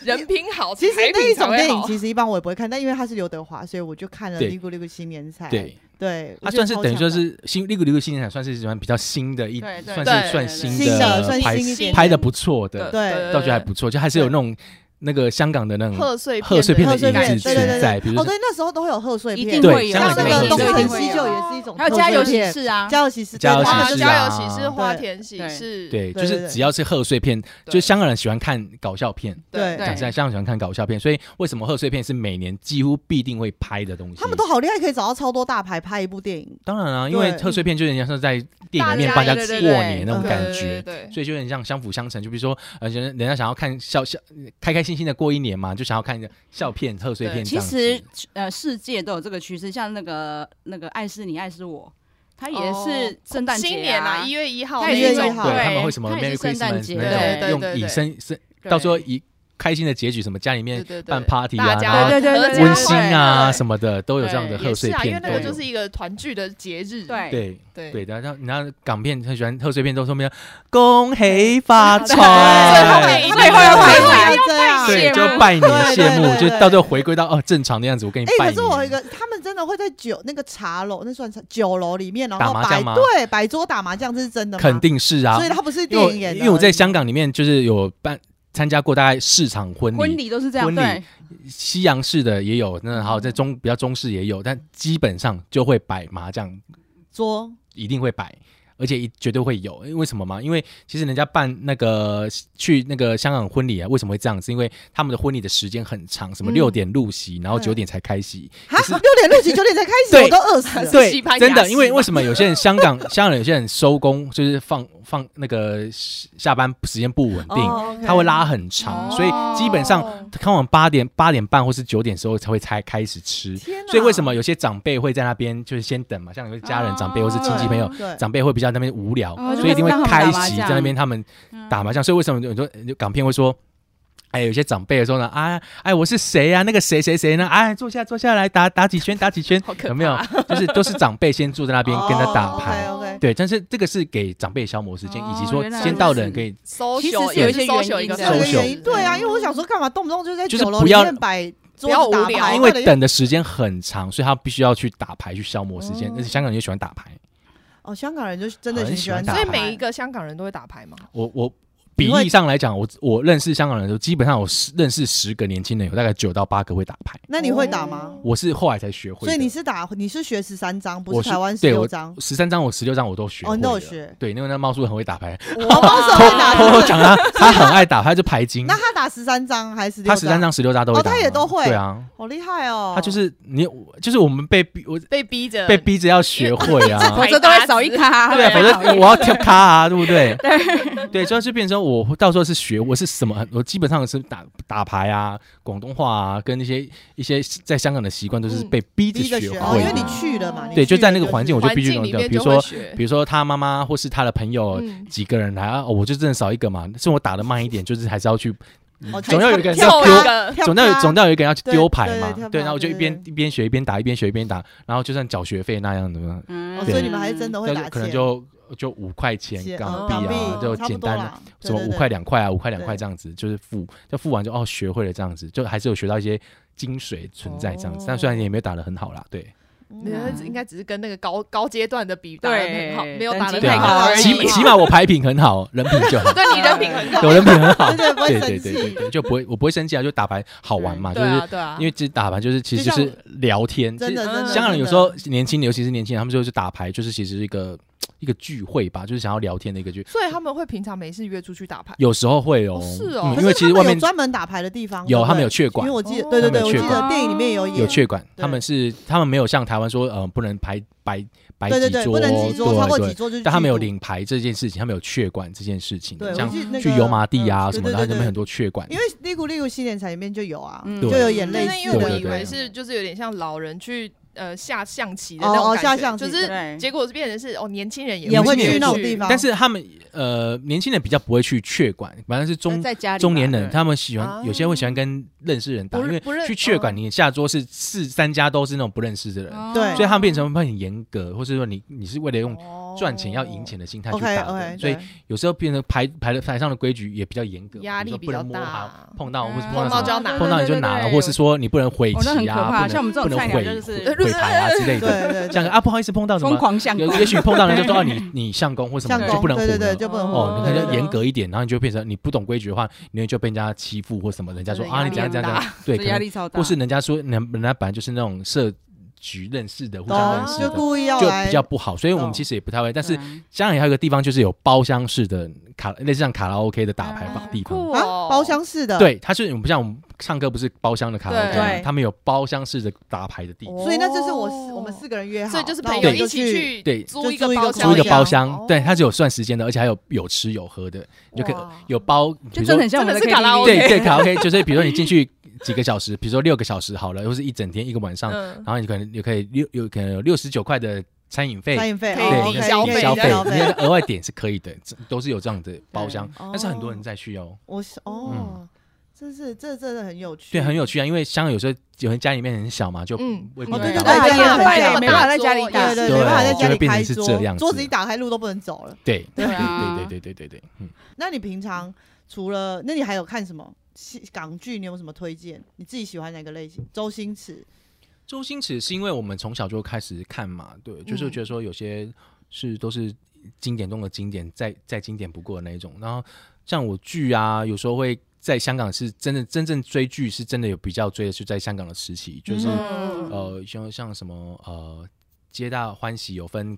[SPEAKER 4] 人品好，
[SPEAKER 1] 其实
[SPEAKER 4] 才
[SPEAKER 1] 那一
[SPEAKER 4] 品才
[SPEAKER 1] 种
[SPEAKER 4] 会
[SPEAKER 1] 电影
[SPEAKER 4] 好
[SPEAKER 1] 其实一般我也不会看，但因为它是刘德华，所以我就看了《
[SPEAKER 2] 对
[SPEAKER 1] 尼古尼古新年菜》。
[SPEAKER 2] 对，
[SPEAKER 1] 对，
[SPEAKER 2] 它
[SPEAKER 1] 我觉得
[SPEAKER 2] 算是
[SPEAKER 1] 超
[SPEAKER 2] 等于
[SPEAKER 1] 强
[SPEAKER 2] 说
[SPEAKER 1] 的
[SPEAKER 2] 是新那个流行新年产，算是算比较新的一，
[SPEAKER 3] 对对
[SPEAKER 2] 算
[SPEAKER 4] 对
[SPEAKER 2] 是算
[SPEAKER 3] 对
[SPEAKER 2] 新
[SPEAKER 1] 新的，算
[SPEAKER 2] 拍
[SPEAKER 1] 新一点
[SPEAKER 2] 拍的不错的，
[SPEAKER 1] 对
[SPEAKER 2] 倒觉得还不错，就还是有那种那个香港的那种
[SPEAKER 4] 贺岁
[SPEAKER 2] 贺岁片
[SPEAKER 1] 贺
[SPEAKER 2] 的
[SPEAKER 1] 岁片
[SPEAKER 2] 影子
[SPEAKER 1] 对对对
[SPEAKER 2] 存在，比如
[SPEAKER 1] 哦，
[SPEAKER 2] 说
[SPEAKER 1] 对，那时候都会有贺岁
[SPEAKER 3] 一
[SPEAKER 1] 片
[SPEAKER 3] 定，
[SPEAKER 2] 对
[SPEAKER 3] 会有，
[SPEAKER 1] 像那
[SPEAKER 2] 香港
[SPEAKER 1] 个
[SPEAKER 2] 的
[SPEAKER 1] 东
[SPEAKER 2] 那
[SPEAKER 1] 成
[SPEAKER 2] 个
[SPEAKER 1] 西就也是一种
[SPEAKER 3] 还
[SPEAKER 1] 贺岁片，
[SPEAKER 3] 有加油喜事啊，
[SPEAKER 1] 加油喜事，
[SPEAKER 2] 加油
[SPEAKER 1] 对他
[SPEAKER 2] 喜
[SPEAKER 4] 啊
[SPEAKER 1] 们
[SPEAKER 2] 事
[SPEAKER 4] 家有
[SPEAKER 2] 啊
[SPEAKER 4] 喜事、花
[SPEAKER 1] 对
[SPEAKER 4] 田喜
[SPEAKER 3] 对
[SPEAKER 4] 事，
[SPEAKER 2] 对，
[SPEAKER 1] 对
[SPEAKER 2] 就
[SPEAKER 1] 对
[SPEAKER 2] 是
[SPEAKER 1] 对
[SPEAKER 2] 只要是贺岁片，就香港人喜欢看搞笑片，
[SPEAKER 1] 对
[SPEAKER 2] 讲
[SPEAKER 3] 对
[SPEAKER 2] 实在，香港喜欢看搞笑片，所以为什么贺岁片是每年几乎必定会拍的东西？
[SPEAKER 1] 他们都好厉害，可以找到超多大牌拍一部电影。
[SPEAKER 2] 当然啊，因为
[SPEAKER 1] 对
[SPEAKER 2] 贺岁片就有点像是在电影里面
[SPEAKER 4] 大
[SPEAKER 2] 大
[SPEAKER 4] 家
[SPEAKER 2] 家
[SPEAKER 4] 对对
[SPEAKER 2] 过
[SPEAKER 4] 对
[SPEAKER 2] 年那种
[SPEAKER 1] 对
[SPEAKER 2] 感
[SPEAKER 4] 对
[SPEAKER 2] 觉。
[SPEAKER 4] 对对
[SPEAKER 2] 所以就有点像相辅相成，就比如说，呃，人人家想要看笑笑，开开心心的过一年嘛，就想要看一个笑片、贺岁
[SPEAKER 4] 对
[SPEAKER 2] 片这
[SPEAKER 3] 其
[SPEAKER 2] 样子。
[SPEAKER 3] 实呃，世界都有这个趋势，像那个那个爱是你爱是我，它也是圣诞节
[SPEAKER 4] 新年啊，
[SPEAKER 3] 啊
[SPEAKER 4] 一，月一号
[SPEAKER 3] 它
[SPEAKER 4] 那
[SPEAKER 1] 也
[SPEAKER 4] 一
[SPEAKER 1] 是
[SPEAKER 4] 种
[SPEAKER 1] 一，号
[SPEAKER 2] 对他
[SPEAKER 3] 对
[SPEAKER 2] 们会什么
[SPEAKER 3] 它也
[SPEAKER 2] Merry
[SPEAKER 3] 是圣诞
[SPEAKER 2] Christmas
[SPEAKER 3] 节
[SPEAKER 2] 那
[SPEAKER 4] 对
[SPEAKER 2] 种，
[SPEAKER 4] 对
[SPEAKER 2] 用以
[SPEAKER 4] 对
[SPEAKER 2] 身身，
[SPEAKER 3] 对
[SPEAKER 2] 到时候以开心的结局，什么家里面
[SPEAKER 4] 对对
[SPEAKER 2] 办
[SPEAKER 4] 对
[SPEAKER 2] party
[SPEAKER 4] 大
[SPEAKER 2] 啊，
[SPEAKER 4] 家
[SPEAKER 2] 然后
[SPEAKER 3] 对对对对
[SPEAKER 2] 温馨啊
[SPEAKER 4] 对
[SPEAKER 2] 什么的，都有这样的
[SPEAKER 4] 也
[SPEAKER 2] 贺
[SPEAKER 4] 是
[SPEAKER 2] 岁
[SPEAKER 4] 啊，因为
[SPEAKER 2] 片。
[SPEAKER 4] 那个
[SPEAKER 2] 对
[SPEAKER 4] 就是一个团聚的节日，
[SPEAKER 3] 对
[SPEAKER 2] 对
[SPEAKER 4] 对
[SPEAKER 2] 对，然后你看港片很喜欢贺岁片，都说明恭喜发
[SPEAKER 3] 对
[SPEAKER 2] 财，
[SPEAKER 4] 最后最后要
[SPEAKER 1] 对
[SPEAKER 4] 拜
[SPEAKER 1] 对
[SPEAKER 4] 拜
[SPEAKER 1] 要这样。
[SPEAKER 2] 对，
[SPEAKER 3] 谢
[SPEAKER 2] 就
[SPEAKER 3] 幕
[SPEAKER 2] 拜年谢
[SPEAKER 1] 啊对对
[SPEAKER 2] 幕，
[SPEAKER 1] 对
[SPEAKER 2] 就
[SPEAKER 1] 对
[SPEAKER 2] 到最后回归到哦正常的样子。我跟你
[SPEAKER 1] 哎、
[SPEAKER 2] 拜
[SPEAKER 1] 可是我有一
[SPEAKER 2] 年，
[SPEAKER 1] 个，他们真的会在酒那个茶楼，那算茶酒楼里面，然
[SPEAKER 2] 打
[SPEAKER 1] 后
[SPEAKER 2] 麻
[SPEAKER 1] 摆
[SPEAKER 2] 将吗
[SPEAKER 1] 对摆桌打麻将，这是真的吗？
[SPEAKER 2] 肯、定是啊
[SPEAKER 1] 所以，他不是
[SPEAKER 2] 因
[SPEAKER 1] 电
[SPEAKER 2] 为我
[SPEAKER 1] 影演的啊
[SPEAKER 2] 因为我在香港里面就是有办参加过大概市场婚
[SPEAKER 3] 婚
[SPEAKER 2] 礼，
[SPEAKER 3] 礼都是这样，
[SPEAKER 2] 婚礼
[SPEAKER 3] 对，
[SPEAKER 2] 西洋式的也有，那还有在中比较中式也有，但基本上就会摆麻将，
[SPEAKER 1] 桌，
[SPEAKER 2] 一定会摆。而且一绝对会有，因为为什么嘛？因为其实人家办那个去那个香港婚礼啊，为什么会这样？是因为他们的婚礼的时间很长，什么
[SPEAKER 1] 嗯
[SPEAKER 2] 六点入席，然后
[SPEAKER 1] 对
[SPEAKER 2] 九点才开席，
[SPEAKER 1] 哈，六点六起九点才开始，
[SPEAKER 2] 对
[SPEAKER 1] 我都饿死 了。
[SPEAKER 2] 对
[SPEAKER 4] 西班，牙
[SPEAKER 2] 真的，
[SPEAKER 4] 式
[SPEAKER 2] 因为
[SPEAKER 4] 嘛
[SPEAKER 2] 为什么有些人香港 香港人有些人收工就是放放那个下班时间不稳定，
[SPEAKER 1] 哦，OK
[SPEAKER 2] 他会拉很长，
[SPEAKER 3] 哦
[SPEAKER 2] 所以基本上
[SPEAKER 4] 哦
[SPEAKER 2] 通常八点八点半或是九点时候才会才开始吃。
[SPEAKER 1] 天哪
[SPEAKER 2] 所以为什么有些长辈会在那边就是先等嘛？像有些家人、
[SPEAKER 3] 哦
[SPEAKER 2] 长辈或是亲戚朋友，
[SPEAKER 1] 对
[SPEAKER 2] 长辈会比较那边无聊，
[SPEAKER 3] 哦
[SPEAKER 2] 所以一定会
[SPEAKER 3] 就会
[SPEAKER 2] 开
[SPEAKER 3] 让他们打麻
[SPEAKER 2] 席
[SPEAKER 3] 将
[SPEAKER 2] 在那边他们
[SPEAKER 3] 嗯
[SPEAKER 2] 打麻将。所以为什么有很多有港片会说？哎，有些长辈说呢，啊，哎，我是谁啊？那个谁谁谁呢？哎，坐下，坐下来，打打几圈，打几圈，
[SPEAKER 4] 好可怕
[SPEAKER 2] 有没有？就是都是长辈先坐在那边
[SPEAKER 3] 哦
[SPEAKER 2] 跟他打牌，
[SPEAKER 1] o k
[SPEAKER 2] 对。但是这个是给长辈消磨时间，以及
[SPEAKER 3] 哦
[SPEAKER 2] 说
[SPEAKER 3] 原来
[SPEAKER 2] 先到的人可以
[SPEAKER 3] 其实
[SPEAKER 4] social
[SPEAKER 3] 是有
[SPEAKER 4] 也
[SPEAKER 3] 一些
[SPEAKER 4] social
[SPEAKER 3] 原因
[SPEAKER 4] 一个
[SPEAKER 3] 的
[SPEAKER 1] OK，有个
[SPEAKER 2] social 嗯
[SPEAKER 1] 原因对啊，因为我想说干嘛动不动就在
[SPEAKER 2] 就是
[SPEAKER 1] 酒楼
[SPEAKER 2] 不
[SPEAKER 1] 里
[SPEAKER 2] 要
[SPEAKER 1] 面摆桌
[SPEAKER 4] 不要
[SPEAKER 1] 子
[SPEAKER 4] 无
[SPEAKER 1] 打
[SPEAKER 4] 聊
[SPEAKER 1] 牌，
[SPEAKER 2] 因为
[SPEAKER 1] 到底
[SPEAKER 2] 等的时间很长，所以他必须要去打牌去消磨时间
[SPEAKER 1] 哦。
[SPEAKER 2] 而且香港人也喜欢打牌，
[SPEAKER 1] 哦，香港人就真的
[SPEAKER 2] 很喜
[SPEAKER 1] 喜
[SPEAKER 2] 欢
[SPEAKER 1] 欢
[SPEAKER 2] 打
[SPEAKER 1] 打
[SPEAKER 4] 所
[SPEAKER 1] 牌，
[SPEAKER 4] 以每一个香港人都会打牌吗？
[SPEAKER 2] 我我。比
[SPEAKER 1] 你会
[SPEAKER 2] 例上来讲，我我认识香港人，都基本上我十认识十个年轻人，有大概九到八个会打牌。
[SPEAKER 1] 那你会
[SPEAKER 4] 哦
[SPEAKER 1] 打吗？
[SPEAKER 2] 我是后来才学会的，
[SPEAKER 1] 所以你是打你是学十三张，不
[SPEAKER 2] 我
[SPEAKER 1] 是
[SPEAKER 2] 是
[SPEAKER 1] 台湾十
[SPEAKER 2] 对
[SPEAKER 1] 六
[SPEAKER 2] 我
[SPEAKER 1] 张？
[SPEAKER 2] 十三张，我十六张我都学会
[SPEAKER 1] 哦，
[SPEAKER 2] 了。
[SPEAKER 1] 你都有学。
[SPEAKER 2] 对，因为那猫叔很会 打牌，
[SPEAKER 1] 我帮手
[SPEAKER 2] 偷
[SPEAKER 1] 会打
[SPEAKER 2] 偷
[SPEAKER 1] 的。
[SPEAKER 2] 偷讲他，他很爱打，他就牌精
[SPEAKER 1] 啊那，他打十三张还是16
[SPEAKER 2] 嗯他十三，张十六张都会
[SPEAKER 1] 哦
[SPEAKER 2] 打，
[SPEAKER 1] 他也都会
[SPEAKER 2] 对啊，
[SPEAKER 1] 好厉害哦！
[SPEAKER 2] 他就是你，就是我们被逼，我
[SPEAKER 4] 被逼着
[SPEAKER 2] 被逼着要学会 啊
[SPEAKER 3] 否。则都会少一卡，
[SPEAKER 2] 对啊，
[SPEAKER 4] 对
[SPEAKER 2] 反正我要跳咖啊，对不对？对对，所以就变成说我到时候是学我是什么，我基本上是打打牌啊、广东话啊，跟一些一些在香港的习惯都是
[SPEAKER 4] 嗯
[SPEAKER 2] 被逼着
[SPEAKER 1] 逼着
[SPEAKER 2] 学
[SPEAKER 1] 学，
[SPEAKER 2] 会
[SPEAKER 1] 哦，
[SPEAKER 2] 的。
[SPEAKER 1] 因为你去了嘛，你
[SPEAKER 2] 对，就
[SPEAKER 1] 去
[SPEAKER 2] 在
[SPEAKER 1] 了
[SPEAKER 2] 那个环境，我就
[SPEAKER 4] 环
[SPEAKER 2] 必须
[SPEAKER 4] 境
[SPEAKER 2] 懂
[SPEAKER 4] 里
[SPEAKER 2] 得，
[SPEAKER 4] 面
[SPEAKER 2] 比如
[SPEAKER 4] 就会
[SPEAKER 2] 说
[SPEAKER 4] 学，
[SPEAKER 2] 比如说他妈妈或是他的朋友
[SPEAKER 4] 嗯
[SPEAKER 2] 几个人来啊、哦我就真的少一个嘛，是我打的慢一点，就是还是要去，
[SPEAKER 1] 哦
[SPEAKER 2] 嗯总要有一个人
[SPEAKER 1] 跳咖
[SPEAKER 2] 要
[SPEAKER 4] 跳
[SPEAKER 2] 丢
[SPEAKER 4] 一，个
[SPEAKER 1] 跳啊
[SPEAKER 2] 总要有
[SPEAKER 1] 咖
[SPEAKER 2] 总要有一个人要去
[SPEAKER 1] 对
[SPEAKER 2] 丢牌
[SPEAKER 1] 对
[SPEAKER 2] 嘛
[SPEAKER 1] 对跳，
[SPEAKER 2] 对，
[SPEAKER 1] 咖
[SPEAKER 2] 然后我就一
[SPEAKER 1] 对
[SPEAKER 2] 边
[SPEAKER 1] 对
[SPEAKER 2] 一边学一边打，一边学一边打，然后就算缴学费那样的嘛，
[SPEAKER 3] 嗯
[SPEAKER 1] 哦，所以你们还是真的会
[SPEAKER 2] 但
[SPEAKER 1] 打
[SPEAKER 2] 是可能
[SPEAKER 1] 钱
[SPEAKER 2] 就就五块钱
[SPEAKER 1] 钱
[SPEAKER 2] 港
[SPEAKER 1] 哦
[SPEAKER 2] 币
[SPEAKER 1] 港
[SPEAKER 2] 啊，
[SPEAKER 1] 币
[SPEAKER 2] 就
[SPEAKER 1] 差不
[SPEAKER 2] 简
[SPEAKER 1] 多
[SPEAKER 2] 单的
[SPEAKER 1] 啦对
[SPEAKER 2] 什么
[SPEAKER 1] 对
[SPEAKER 2] 五
[SPEAKER 1] 对
[SPEAKER 2] 块两块啊，五块两块
[SPEAKER 1] 对
[SPEAKER 2] 这样子，就是付，就付完就哦学会了这样子，就还是有学到一些精髓存在这样子，
[SPEAKER 1] 哦
[SPEAKER 2] 但虽然也没有打的很好啦，对
[SPEAKER 1] 嗯
[SPEAKER 4] 你的
[SPEAKER 3] 嗯
[SPEAKER 4] 应该只是跟那个高高阶段的比打得很好，
[SPEAKER 3] 对
[SPEAKER 4] 没有打的
[SPEAKER 3] 等级
[SPEAKER 2] 对
[SPEAKER 4] 太
[SPEAKER 3] 太
[SPEAKER 4] 高
[SPEAKER 3] 高
[SPEAKER 2] 啊，
[SPEAKER 4] 而
[SPEAKER 3] 了
[SPEAKER 2] 起
[SPEAKER 3] 已
[SPEAKER 4] 已。
[SPEAKER 2] 起码我牌品很好，人品就好。
[SPEAKER 4] 对你人品很 高，
[SPEAKER 2] 有人品很 好，
[SPEAKER 1] 对对不会
[SPEAKER 2] 对
[SPEAKER 1] 生
[SPEAKER 2] 对对对
[SPEAKER 1] 气
[SPEAKER 2] 对，就不会我不会生气啊，就打牌好玩嘛，就
[SPEAKER 4] 对
[SPEAKER 2] 是
[SPEAKER 4] 啊对啊，
[SPEAKER 2] 因为其实打牌就是其实
[SPEAKER 1] 就
[SPEAKER 2] 就
[SPEAKER 1] 像
[SPEAKER 2] 是聊天，
[SPEAKER 1] 真的
[SPEAKER 2] 其
[SPEAKER 1] 真的
[SPEAKER 2] 实香港人
[SPEAKER 1] 真
[SPEAKER 2] 有
[SPEAKER 1] 的
[SPEAKER 2] 时候年轻，尤其是年轻人，他们就是打牌，就是其实是一个一个聚会吧，就是想要聊天的一个聚。
[SPEAKER 4] 所以他们会平常没事约出去打牌。
[SPEAKER 2] 有时候会哦，
[SPEAKER 4] 哦是哦
[SPEAKER 2] 嗯
[SPEAKER 1] 可
[SPEAKER 2] 因为
[SPEAKER 1] 是
[SPEAKER 2] 其
[SPEAKER 1] 他
[SPEAKER 2] 实
[SPEAKER 1] 们
[SPEAKER 2] 外
[SPEAKER 1] 有
[SPEAKER 2] 面
[SPEAKER 1] 专门打牌的地方，
[SPEAKER 2] 有
[SPEAKER 1] 对不
[SPEAKER 2] 他们有
[SPEAKER 1] 对
[SPEAKER 2] 确
[SPEAKER 1] 因
[SPEAKER 2] 管
[SPEAKER 1] 为，我记得，
[SPEAKER 4] 哦
[SPEAKER 1] 对对对，
[SPEAKER 2] 他
[SPEAKER 1] 我记
[SPEAKER 2] 们有确
[SPEAKER 1] 得
[SPEAKER 3] 管
[SPEAKER 1] 电影里面有演，
[SPEAKER 2] 有确管，
[SPEAKER 1] 对
[SPEAKER 2] 他们是他们没有像台湾说，呃，不能排摆摆
[SPEAKER 1] 对对
[SPEAKER 2] 几
[SPEAKER 1] 对，
[SPEAKER 2] 桌，
[SPEAKER 1] 不能几桌超过
[SPEAKER 2] 对
[SPEAKER 1] 几桌就是，
[SPEAKER 2] 但他们有，领牌这件事情，他们有确管这件事情，
[SPEAKER 1] 对，
[SPEAKER 2] 像
[SPEAKER 1] 我记得那
[SPEAKER 2] 去
[SPEAKER 1] 个
[SPEAKER 2] 油麻地啊
[SPEAKER 1] 嗯
[SPEAKER 2] 什么
[SPEAKER 1] 对对
[SPEAKER 2] 的，他
[SPEAKER 1] 对
[SPEAKER 2] 们
[SPEAKER 1] 对
[SPEAKER 2] 很多确管
[SPEAKER 1] 因。为《利古利古新年财》里面就有啊，
[SPEAKER 3] 嗯
[SPEAKER 1] 就
[SPEAKER 2] 对
[SPEAKER 1] 有演类
[SPEAKER 4] 对，
[SPEAKER 1] 似
[SPEAKER 4] 那
[SPEAKER 1] 的，
[SPEAKER 4] 因为我
[SPEAKER 2] 对
[SPEAKER 4] 以
[SPEAKER 2] 对啊对
[SPEAKER 4] 为是就是有点像老人去呃下象棋的
[SPEAKER 1] 哦
[SPEAKER 4] 那种
[SPEAKER 1] 哦
[SPEAKER 4] 感觉，
[SPEAKER 1] 下象棋
[SPEAKER 4] 就是
[SPEAKER 3] 对
[SPEAKER 4] 结果变成是哦年轻人也
[SPEAKER 1] 也会
[SPEAKER 2] 年轻
[SPEAKER 1] 去
[SPEAKER 2] 人
[SPEAKER 1] 那种地
[SPEAKER 4] 哦
[SPEAKER 1] 方，
[SPEAKER 2] 但是他们呃，年轻人比较不会去确管，反正是中
[SPEAKER 3] 呃在家里吧
[SPEAKER 2] 中年人
[SPEAKER 3] 对
[SPEAKER 2] 他们喜
[SPEAKER 4] 啊
[SPEAKER 2] 欢，有些会喜欢跟认识人打，
[SPEAKER 4] 不
[SPEAKER 2] 因
[SPEAKER 4] 认
[SPEAKER 2] 为
[SPEAKER 4] 不认
[SPEAKER 2] 去确
[SPEAKER 4] 哦
[SPEAKER 2] 馆你下桌是四三家都是那种不认识的人，
[SPEAKER 3] 哦
[SPEAKER 1] 对
[SPEAKER 2] 所以他们变成会很严格，或是说你你是为了用
[SPEAKER 4] 哦
[SPEAKER 2] 赚钱要赢钱的心态去
[SPEAKER 1] OK
[SPEAKER 2] 打的
[SPEAKER 1] OK，
[SPEAKER 2] 所以有时候变成排排的台上的规矩也比较严格嘛，
[SPEAKER 4] 压
[SPEAKER 2] 比如
[SPEAKER 4] 力
[SPEAKER 2] 说不能
[SPEAKER 4] 比
[SPEAKER 2] 摸
[SPEAKER 4] 较
[SPEAKER 2] 它
[SPEAKER 4] 大
[SPEAKER 2] 碰到或是
[SPEAKER 3] 嗯
[SPEAKER 2] 碰
[SPEAKER 4] 碰
[SPEAKER 2] 到什么
[SPEAKER 4] 到就要拿
[SPEAKER 2] 碰到你就拿了，或是说你不能毁
[SPEAKER 3] 哦那
[SPEAKER 2] 棋
[SPEAKER 3] 很可怕
[SPEAKER 2] 啊，不能
[SPEAKER 3] 像我们这种
[SPEAKER 2] 不能
[SPEAKER 3] 菜鸟呃就
[SPEAKER 2] 毁
[SPEAKER 3] 是
[SPEAKER 2] 毁牌啊之类
[SPEAKER 1] 对
[SPEAKER 2] 的，
[SPEAKER 1] 对
[SPEAKER 2] 像
[SPEAKER 1] 对，
[SPEAKER 2] 啊不好意思碰到什
[SPEAKER 3] 疯
[SPEAKER 2] 么，
[SPEAKER 3] 狂相
[SPEAKER 2] 有
[SPEAKER 3] 公，
[SPEAKER 2] 也许碰到人就说哦你你相公或什么
[SPEAKER 1] 像
[SPEAKER 2] 的就
[SPEAKER 1] 公
[SPEAKER 2] 不能
[SPEAKER 1] 对对
[SPEAKER 2] 唬
[SPEAKER 1] 对
[SPEAKER 2] 了
[SPEAKER 1] 就不能唬
[SPEAKER 2] 哦，
[SPEAKER 1] 对
[SPEAKER 2] 人家
[SPEAKER 1] 对
[SPEAKER 2] 要
[SPEAKER 1] 对
[SPEAKER 2] 严格一点，然后你就变成你不懂规矩的话，你就被人家欺负或什么，人家说
[SPEAKER 4] 对
[SPEAKER 2] 啊你
[SPEAKER 4] 压
[SPEAKER 2] 怎样怎样
[SPEAKER 4] 力很
[SPEAKER 2] 怎样，对，
[SPEAKER 3] 这
[SPEAKER 2] 可
[SPEAKER 3] 压
[SPEAKER 2] 能
[SPEAKER 3] 力超大
[SPEAKER 2] 或。是人家说人人家本来就是那种社局认识的，互相认
[SPEAKER 1] 懂啊
[SPEAKER 2] 识
[SPEAKER 1] 就
[SPEAKER 2] 的，
[SPEAKER 1] 故意要
[SPEAKER 2] 啊就
[SPEAKER 1] 来
[SPEAKER 2] 比较不好，所以我们
[SPEAKER 1] 懂嗯
[SPEAKER 2] 其实也不太会。但是
[SPEAKER 3] 对啊
[SPEAKER 2] 香港也还有一个地方就是有包厢式的卡，类似像卡拉 OK 的打牌吧
[SPEAKER 3] 啊
[SPEAKER 2] 地方。
[SPEAKER 4] 酷
[SPEAKER 1] 啊
[SPEAKER 4] 哦，
[SPEAKER 1] 包厢式的，，
[SPEAKER 2] 对，它是我们不像我们唱歌不是包厢的卡拉 OK，
[SPEAKER 1] 对
[SPEAKER 2] 吗他们有包厢式的打牌的地方。
[SPEAKER 1] 所以那就是我四我们四个人约好，
[SPEAKER 4] 哦所以就是
[SPEAKER 1] 那
[SPEAKER 4] 朋
[SPEAKER 1] 我
[SPEAKER 4] 友
[SPEAKER 1] 们
[SPEAKER 4] 一
[SPEAKER 1] 就
[SPEAKER 4] 起去
[SPEAKER 2] 对
[SPEAKER 4] 租一
[SPEAKER 1] 就租
[SPEAKER 4] 个
[SPEAKER 1] 一个
[SPEAKER 4] 包
[SPEAKER 1] 包
[SPEAKER 4] 厢，
[SPEAKER 2] 租一个包
[SPEAKER 4] 哦
[SPEAKER 2] 厢，对，它是有算时间的，而且还有有吃有喝的，你就可以
[SPEAKER 4] 哇
[SPEAKER 2] 有包，比
[SPEAKER 3] 就
[SPEAKER 2] 如
[SPEAKER 3] 真
[SPEAKER 2] 说
[SPEAKER 3] 的很像我们的
[SPEAKER 4] 真的是卡拉
[SPEAKER 3] KTV，
[SPEAKER 4] OK
[SPEAKER 2] 对对卡拉 OK，就是比如说你进去几个小时，比如说六个小时好了，或是一整天一个晚上，
[SPEAKER 4] 嗯，
[SPEAKER 2] 然后你可能也可以六有可能有六十九块的餐饮费，
[SPEAKER 1] 餐饮费
[SPEAKER 4] 可
[SPEAKER 2] 对，
[SPEAKER 4] 以
[SPEAKER 1] 哦
[SPEAKER 2] 你可
[SPEAKER 1] ，OK，
[SPEAKER 2] 以
[SPEAKER 4] 消
[SPEAKER 1] 可以
[SPEAKER 4] 费
[SPEAKER 2] 消费，
[SPEAKER 1] 消
[SPEAKER 2] 你
[SPEAKER 1] 费，
[SPEAKER 2] 额外点是可以的，这都是有这样的包厢，但是很多人在去哦。
[SPEAKER 1] 我是哦，这是这真的很有趣，
[SPEAKER 2] 对，很有趣啊，因为香港有时候有人家里面很小嘛，就
[SPEAKER 4] 嗯
[SPEAKER 2] 我也
[SPEAKER 4] 嗯
[SPEAKER 2] 不
[SPEAKER 1] 哦对
[SPEAKER 2] 能
[SPEAKER 1] 对
[SPEAKER 2] 打
[SPEAKER 1] 对对
[SPEAKER 2] 牌
[SPEAKER 3] 对
[SPEAKER 1] 对
[SPEAKER 3] 没办
[SPEAKER 1] 对
[SPEAKER 3] 法没办法在家里
[SPEAKER 1] 对
[SPEAKER 3] 打，
[SPEAKER 1] 对
[SPEAKER 2] 对
[SPEAKER 1] 没办法在家
[SPEAKER 2] 就
[SPEAKER 1] 里
[SPEAKER 2] 会变成
[SPEAKER 1] 开
[SPEAKER 2] 是
[SPEAKER 1] 桌
[SPEAKER 2] 这样，子
[SPEAKER 1] 桌子一打开路都不能走了。
[SPEAKER 2] 对
[SPEAKER 1] 对
[SPEAKER 3] 啊
[SPEAKER 2] 对对对对对对，嗯，
[SPEAKER 1] 那你平常除了那你还有看什么戏港剧？你有什么推荐？你自己喜欢哪个类型？周星驰
[SPEAKER 2] 周星驰是因为我们从小就开始看嘛，对，就是
[SPEAKER 1] 嗯
[SPEAKER 2] 觉得说有些是都是经典中的经典，再再经典不过的那一种。然后像我剧啊，有时候会在香港是真的真正追剧是真的有比较追的是在香港的时期，就是
[SPEAKER 4] 嗯
[SPEAKER 2] 呃，像像什么呃，皆大欢喜有分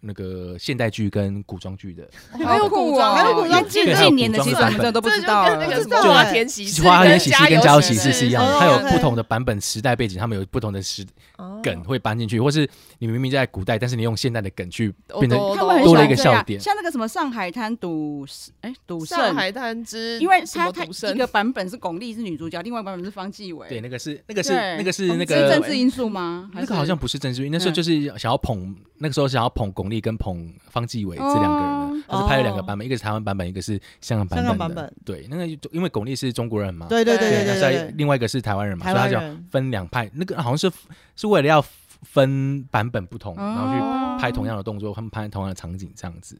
[SPEAKER 2] 那个现代剧跟古装剧的，
[SPEAKER 4] 还有古装，
[SPEAKER 1] 啊
[SPEAKER 4] 哦
[SPEAKER 1] 还有古装
[SPEAKER 3] 近
[SPEAKER 2] 对还有
[SPEAKER 3] 近年的
[SPEAKER 2] 古装
[SPEAKER 3] 其实我
[SPEAKER 2] 版
[SPEAKER 3] 们真的都不
[SPEAKER 4] 这
[SPEAKER 3] 知
[SPEAKER 4] 就
[SPEAKER 3] 道
[SPEAKER 4] 跟
[SPEAKER 3] 了
[SPEAKER 4] 那。个什
[SPEAKER 1] 不
[SPEAKER 4] 么
[SPEAKER 1] 知道
[SPEAKER 4] 花
[SPEAKER 1] 欸
[SPEAKER 4] 田喜事、
[SPEAKER 2] 花园喜事跟
[SPEAKER 4] 加
[SPEAKER 2] 家
[SPEAKER 4] 油
[SPEAKER 2] 喜事嗯是一样
[SPEAKER 1] 哦
[SPEAKER 2] 的，它有
[SPEAKER 1] OK
[SPEAKER 2] 不同的版本、时代背景，他们有不同的时
[SPEAKER 1] 哦
[SPEAKER 4] 哦
[SPEAKER 2] 梗会搬进去，或是你明明在古代，但是你用现代的梗去变成
[SPEAKER 4] 我
[SPEAKER 3] 他们很
[SPEAKER 2] 多了
[SPEAKER 3] 喜欢
[SPEAKER 2] 一个
[SPEAKER 3] 这
[SPEAKER 2] 笑
[SPEAKER 3] 样
[SPEAKER 2] 点
[SPEAKER 3] 像那个什么上海滩赌哎赌
[SPEAKER 4] 上
[SPEAKER 3] 圣，
[SPEAKER 4] 海滩之，
[SPEAKER 3] 因为
[SPEAKER 4] 什么
[SPEAKER 3] 他他
[SPEAKER 4] 独生
[SPEAKER 3] 一个版本是巩俐是女主角，另外一个版本是方季
[SPEAKER 2] 对，
[SPEAKER 3] 韦。
[SPEAKER 2] 那个是那个是
[SPEAKER 3] 对
[SPEAKER 2] 那个是
[SPEAKER 3] 哦
[SPEAKER 2] 那
[SPEAKER 3] 是政
[SPEAKER 2] 个
[SPEAKER 3] 治因素吗？还
[SPEAKER 2] 那个好像不是真实，那时候
[SPEAKER 3] 嗯
[SPEAKER 2] 就是想要捧，那个时候想要捧巩俐跟捧方季韦这两个人
[SPEAKER 3] 哦
[SPEAKER 2] 的，他是拍了两个
[SPEAKER 1] 哦
[SPEAKER 2] 版本，一个是台湾版本，一个是香港版
[SPEAKER 1] 香
[SPEAKER 2] 本
[SPEAKER 1] 港
[SPEAKER 2] 的。
[SPEAKER 1] 版本
[SPEAKER 2] 对，那个就因为巩俐是中国人嘛，
[SPEAKER 1] 对对对对
[SPEAKER 4] 对
[SPEAKER 2] 那
[SPEAKER 1] 对
[SPEAKER 2] 所
[SPEAKER 1] 对
[SPEAKER 2] 以
[SPEAKER 1] 对，
[SPEAKER 2] 另外一个是啊台湾人嘛，所
[SPEAKER 1] 台
[SPEAKER 2] 以他
[SPEAKER 1] 湾
[SPEAKER 2] 讲
[SPEAKER 1] 人
[SPEAKER 2] 分两派，那个好像是是为了要分版本不同，
[SPEAKER 3] 哦
[SPEAKER 2] 然后去拍同样的动作，他们拍同样的场景这样子。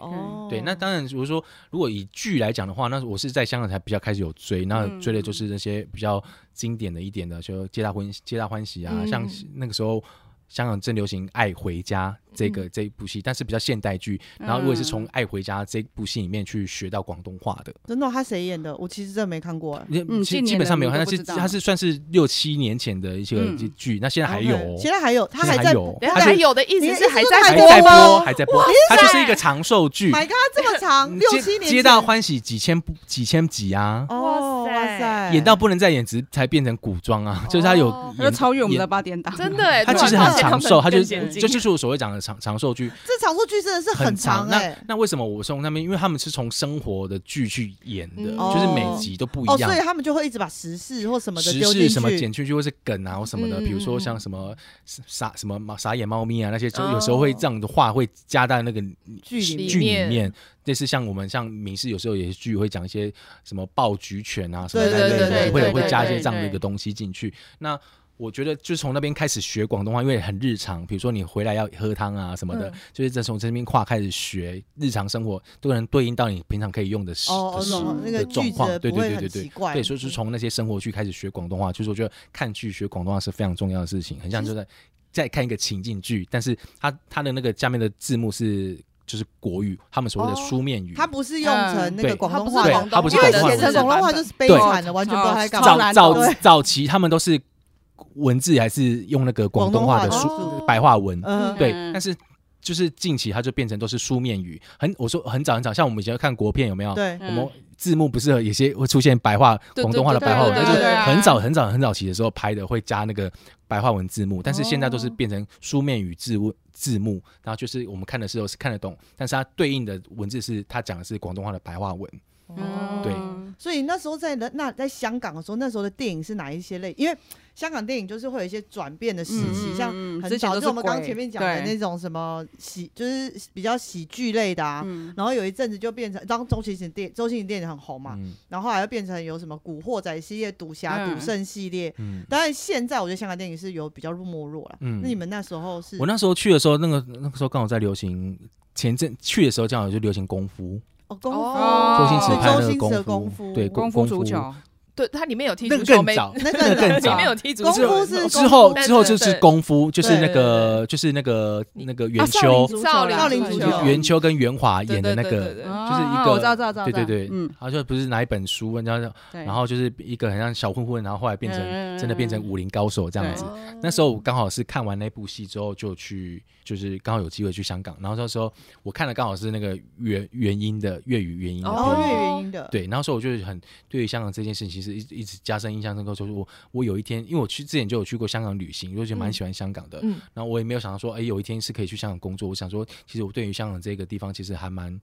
[SPEAKER 1] 哦，
[SPEAKER 2] 对，那当然，如果说如果以剧来讲的话，那我是在香港才比较开始有追，那追的就是那些比较经典的一点的，就皆大欢喜皆大欢喜啊，
[SPEAKER 4] 嗯
[SPEAKER 2] 像那个时候。香港正流行《爱回家》这个、这一部戏，但是比较现代剧。然后我也是从《爱回家》这部戏里面去学到广东话的。
[SPEAKER 1] 真的他谁演的？我其实真的没看过哎，
[SPEAKER 2] 你
[SPEAKER 3] 嗯
[SPEAKER 2] 基
[SPEAKER 3] 近
[SPEAKER 2] 基
[SPEAKER 3] 年
[SPEAKER 2] 本上
[SPEAKER 3] 的
[SPEAKER 2] 没有
[SPEAKER 3] 你
[SPEAKER 2] 看，但
[SPEAKER 3] 都不
[SPEAKER 2] 是
[SPEAKER 3] 知道
[SPEAKER 2] 它是算是六七年前的一些
[SPEAKER 3] 嗯
[SPEAKER 2] 剧，那现在还有
[SPEAKER 1] OK，
[SPEAKER 2] 哦，
[SPEAKER 1] 现在还有，他
[SPEAKER 2] 现在
[SPEAKER 1] 还
[SPEAKER 2] 还
[SPEAKER 1] 在
[SPEAKER 2] 有
[SPEAKER 4] 等一
[SPEAKER 2] 它
[SPEAKER 4] 下
[SPEAKER 2] 是
[SPEAKER 4] 还有的意
[SPEAKER 1] 你
[SPEAKER 4] 思
[SPEAKER 1] 的意
[SPEAKER 4] 是
[SPEAKER 1] 思
[SPEAKER 4] 还
[SPEAKER 1] 是
[SPEAKER 4] 在
[SPEAKER 1] 还
[SPEAKER 2] 还
[SPEAKER 1] 播
[SPEAKER 2] 在播，
[SPEAKER 1] 吗
[SPEAKER 2] 还在播，它就是一个长寿剧。
[SPEAKER 1] My God，这么 长，六
[SPEAKER 2] 接
[SPEAKER 1] 七年
[SPEAKER 2] 接到
[SPEAKER 1] 前
[SPEAKER 2] 欢喜几千部几千集啊，
[SPEAKER 1] 哦，
[SPEAKER 4] 哇
[SPEAKER 1] 哇
[SPEAKER 4] 塞
[SPEAKER 1] 塞，
[SPEAKER 2] 演到不能再演，只才变成古装啊，就是他有
[SPEAKER 4] 嗯哦
[SPEAKER 3] 它就
[SPEAKER 2] 演
[SPEAKER 3] 超越我们的
[SPEAKER 2] 演
[SPEAKER 3] 八点档，
[SPEAKER 4] 真的欸，
[SPEAKER 2] 他
[SPEAKER 4] 突
[SPEAKER 2] 其
[SPEAKER 4] 然
[SPEAKER 2] 实
[SPEAKER 4] 发
[SPEAKER 2] 很
[SPEAKER 4] 现
[SPEAKER 2] 长
[SPEAKER 4] 他们
[SPEAKER 2] 寿，他就
[SPEAKER 4] 更先进
[SPEAKER 2] 就就是我所谓讲的长长寿剧，
[SPEAKER 1] 这长寿剧真的是
[SPEAKER 2] 很
[SPEAKER 1] 长
[SPEAKER 2] 那
[SPEAKER 4] 欸
[SPEAKER 1] 哎。
[SPEAKER 2] 那为什么我从那边？因为他们是从生活的剧去演的，
[SPEAKER 4] 嗯
[SPEAKER 2] 就是每
[SPEAKER 1] 哦
[SPEAKER 2] 集都不一
[SPEAKER 1] 哦，
[SPEAKER 2] 样
[SPEAKER 1] 所以。他们就会一直把时事或什么的
[SPEAKER 2] 时
[SPEAKER 1] 丢进
[SPEAKER 2] 事什么
[SPEAKER 1] 去，
[SPEAKER 2] 剪进去或是梗啊或什么的，
[SPEAKER 4] 嗯
[SPEAKER 2] 比如
[SPEAKER 4] 嗯
[SPEAKER 2] 说
[SPEAKER 4] 嗯
[SPEAKER 2] 像什么傻什么猫傻眼猫咪啊那些，就
[SPEAKER 4] 哦
[SPEAKER 2] 有时候会这样的话会加到那个
[SPEAKER 1] 剧里面
[SPEAKER 2] 剧里
[SPEAKER 4] 里面
[SPEAKER 2] 面，类似像我们像民视有时候也是剧会讲一些什么爆菊犬啊什么
[SPEAKER 1] 对
[SPEAKER 2] 之类
[SPEAKER 1] 对对
[SPEAKER 2] 的，
[SPEAKER 1] 对
[SPEAKER 2] 会
[SPEAKER 1] 对
[SPEAKER 2] 会
[SPEAKER 1] 对
[SPEAKER 2] 加一
[SPEAKER 1] 对
[SPEAKER 2] 些这样的一个
[SPEAKER 3] 对
[SPEAKER 2] 东西进去。那我觉得就从那边开始学广东话，因为很日常，比如说你回来要喝汤啊什么的
[SPEAKER 4] 嗯，
[SPEAKER 2] 就是再从这边跨开始学日常生活，都能对应到你平常可以用的时
[SPEAKER 1] 哦，
[SPEAKER 2] 的
[SPEAKER 1] 哦
[SPEAKER 2] 时
[SPEAKER 1] 懂了那个
[SPEAKER 2] 的状
[SPEAKER 1] 句
[SPEAKER 2] 况，
[SPEAKER 1] 子
[SPEAKER 2] 对
[SPEAKER 1] 不
[SPEAKER 2] 对
[SPEAKER 1] 会
[SPEAKER 2] 对
[SPEAKER 1] 很
[SPEAKER 2] 对对
[SPEAKER 1] 奇。怪，
[SPEAKER 2] 对，所以就是从那些生活去开始学广东话，就是我觉得看剧学广东话是非常重要的事情，很像就在在看一个情境剧，但是它它的那个下面的字幕是就是国语，他们所谓的
[SPEAKER 4] 哦
[SPEAKER 2] 书面语，
[SPEAKER 1] 他不是用成那
[SPEAKER 2] 对
[SPEAKER 1] 个广东
[SPEAKER 4] 不
[SPEAKER 1] 话
[SPEAKER 4] 是
[SPEAKER 2] 对
[SPEAKER 1] 的，
[SPEAKER 4] 广
[SPEAKER 2] 它不
[SPEAKER 4] 东
[SPEAKER 2] 是
[SPEAKER 1] 因
[SPEAKER 4] 话
[SPEAKER 1] 为
[SPEAKER 2] 广
[SPEAKER 4] 的
[SPEAKER 2] 东话
[SPEAKER 1] 写
[SPEAKER 4] 写
[SPEAKER 1] 成
[SPEAKER 4] 成
[SPEAKER 1] 广
[SPEAKER 4] 广
[SPEAKER 1] 东话
[SPEAKER 4] 东话
[SPEAKER 1] 就
[SPEAKER 4] 就是是
[SPEAKER 1] 悲
[SPEAKER 2] 对
[SPEAKER 1] 惨的，完全不知道在干嘛。
[SPEAKER 2] 早
[SPEAKER 3] 超难
[SPEAKER 2] 早
[SPEAKER 1] 懂
[SPEAKER 2] 早期他们都是文字还是用那个广东话的
[SPEAKER 1] 广
[SPEAKER 2] 书
[SPEAKER 1] 东话的
[SPEAKER 4] 哦
[SPEAKER 2] 白话文，
[SPEAKER 1] 嗯，
[SPEAKER 2] 对，
[SPEAKER 3] 嗯
[SPEAKER 2] 但是。就是近期它就变成都是书面语，很我说很早很早，像我们以前看国片有没有？
[SPEAKER 1] 对，
[SPEAKER 2] 我们字幕不是有些会出现白话
[SPEAKER 4] 对
[SPEAKER 2] 广东话的
[SPEAKER 4] 对对
[SPEAKER 2] 白话文，
[SPEAKER 4] 对
[SPEAKER 2] 就
[SPEAKER 4] 对
[SPEAKER 2] 是
[SPEAKER 4] 对
[SPEAKER 3] 啊
[SPEAKER 2] 很早很早很早期的时候拍的，会加那个白话文字幕，但是现在都是
[SPEAKER 4] 哦
[SPEAKER 2] 变成书面语字幕字幕，然后就是我们看的时候是看得懂，但是它对应的文字是它讲的是广东话的白话文，
[SPEAKER 3] 嗯
[SPEAKER 2] 对
[SPEAKER 1] 哦嗯所以那时候在那那在香港的时候，那时候的电影是哪一些类？因为香港电影就是会有一些转变的时期，
[SPEAKER 3] 嗯
[SPEAKER 1] 像
[SPEAKER 3] 嗯嗯
[SPEAKER 1] 很
[SPEAKER 3] 之前
[SPEAKER 1] 早就
[SPEAKER 3] 都
[SPEAKER 1] 是我们刚
[SPEAKER 3] 鬼
[SPEAKER 1] 前面讲的
[SPEAKER 3] 对
[SPEAKER 1] 那种什么喜，就是比较喜剧类的啊。
[SPEAKER 3] 嗯，
[SPEAKER 1] 然后有一阵子就变成，当周星驰电周星驰电影很红嘛，
[SPEAKER 2] 嗯
[SPEAKER 1] 然后后来又变成有什么《古惑仔》系列、《赌侠》、
[SPEAKER 3] 嗯
[SPEAKER 1] 《赌圣》系列。
[SPEAKER 2] 嗯
[SPEAKER 1] 当然，现在我觉得香港电影是有比较没落了。
[SPEAKER 2] 嗯
[SPEAKER 1] 那你们那时候是
[SPEAKER 2] 我那时候去的时候，那个那个时候刚好在流行，前阵去的时候正好就流行功夫，
[SPEAKER 1] 哦功夫
[SPEAKER 3] 哦
[SPEAKER 2] 周星驰
[SPEAKER 1] 是
[SPEAKER 2] 拍
[SPEAKER 1] 周
[SPEAKER 2] 那
[SPEAKER 1] 星
[SPEAKER 2] 个
[SPEAKER 1] 驰的功
[SPEAKER 2] 夫
[SPEAKER 1] 夫，
[SPEAKER 2] 对
[SPEAKER 3] 功夫足球，
[SPEAKER 4] 对，它里面有踢
[SPEAKER 2] 那
[SPEAKER 4] 足
[SPEAKER 2] 个
[SPEAKER 4] 球，
[SPEAKER 2] 更
[SPEAKER 4] 没
[SPEAKER 2] 早，
[SPEAKER 1] 那个
[SPEAKER 2] 那更
[SPEAKER 1] 早
[SPEAKER 4] 里面有踢足
[SPEAKER 1] 功
[SPEAKER 4] 球，
[SPEAKER 1] 夫
[SPEAKER 3] 哦
[SPEAKER 1] 是
[SPEAKER 2] 之后
[SPEAKER 4] 但是
[SPEAKER 2] 之后就是
[SPEAKER 4] 对
[SPEAKER 2] 功夫，就是那个就是那个
[SPEAKER 4] 对
[SPEAKER 2] 那个袁
[SPEAKER 3] 啊少林
[SPEAKER 2] 秋
[SPEAKER 3] 足球
[SPEAKER 4] 少林
[SPEAKER 3] 啦
[SPEAKER 1] 啊足球少林
[SPEAKER 2] 袁秋跟袁华演的那
[SPEAKER 4] 对
[SPEAKER 2] 个
[SPEAKER 4] 对对对，对
[SPEAKER 3] 啊
[SPEAKER 2] 就是一
[SPEAKER 3] 啊
[SPEAKER 2] 个
[SPEAKER 3] 我知道知道知道，
[SPEAKER 2] 对对
[SPEAKER 3] 知道
[SPEAKER 2] 对
[SPEAKER 3] 嗯，
[SPEAKER 2] 他就不是哪一本书，然后
[SPEAKER 3] 对，
[SPEAKER 2] 然后就是一个很像小混混，然后后来变成
[SPEAKER 3] 哎嗯
[SPEAKER 2] 真的变成武林高手这样子。
[SPEAKER 4] 哦
[SPEAKER 2] 那时候我刚好是看完那部戏之后，就去就是刚好有机会去香港，然后那时候我看的刚好是那个原原音的粤语原音的
[SPEAKER 1] 然
[SPEAKER 4] 哦
[SPEAKER 1] 后
[SPEAKER 2] 片
[SPEAKER 1] 粤语音的，
[SPEAKER 2] 对，然后所以我就是很对于香港这件事情，其实一直一直加深印象深刻。就是我我有一天，因为我去之前就有去过香港旅行，我就觉得蛮喜欢香港的。
[SPEAKER 4] 嗯
[SPEAKER 2] 然后我也没有想到说，哎，有一天是可以去香港工作。我想说，其实我对于香港这个地方，其实还蛮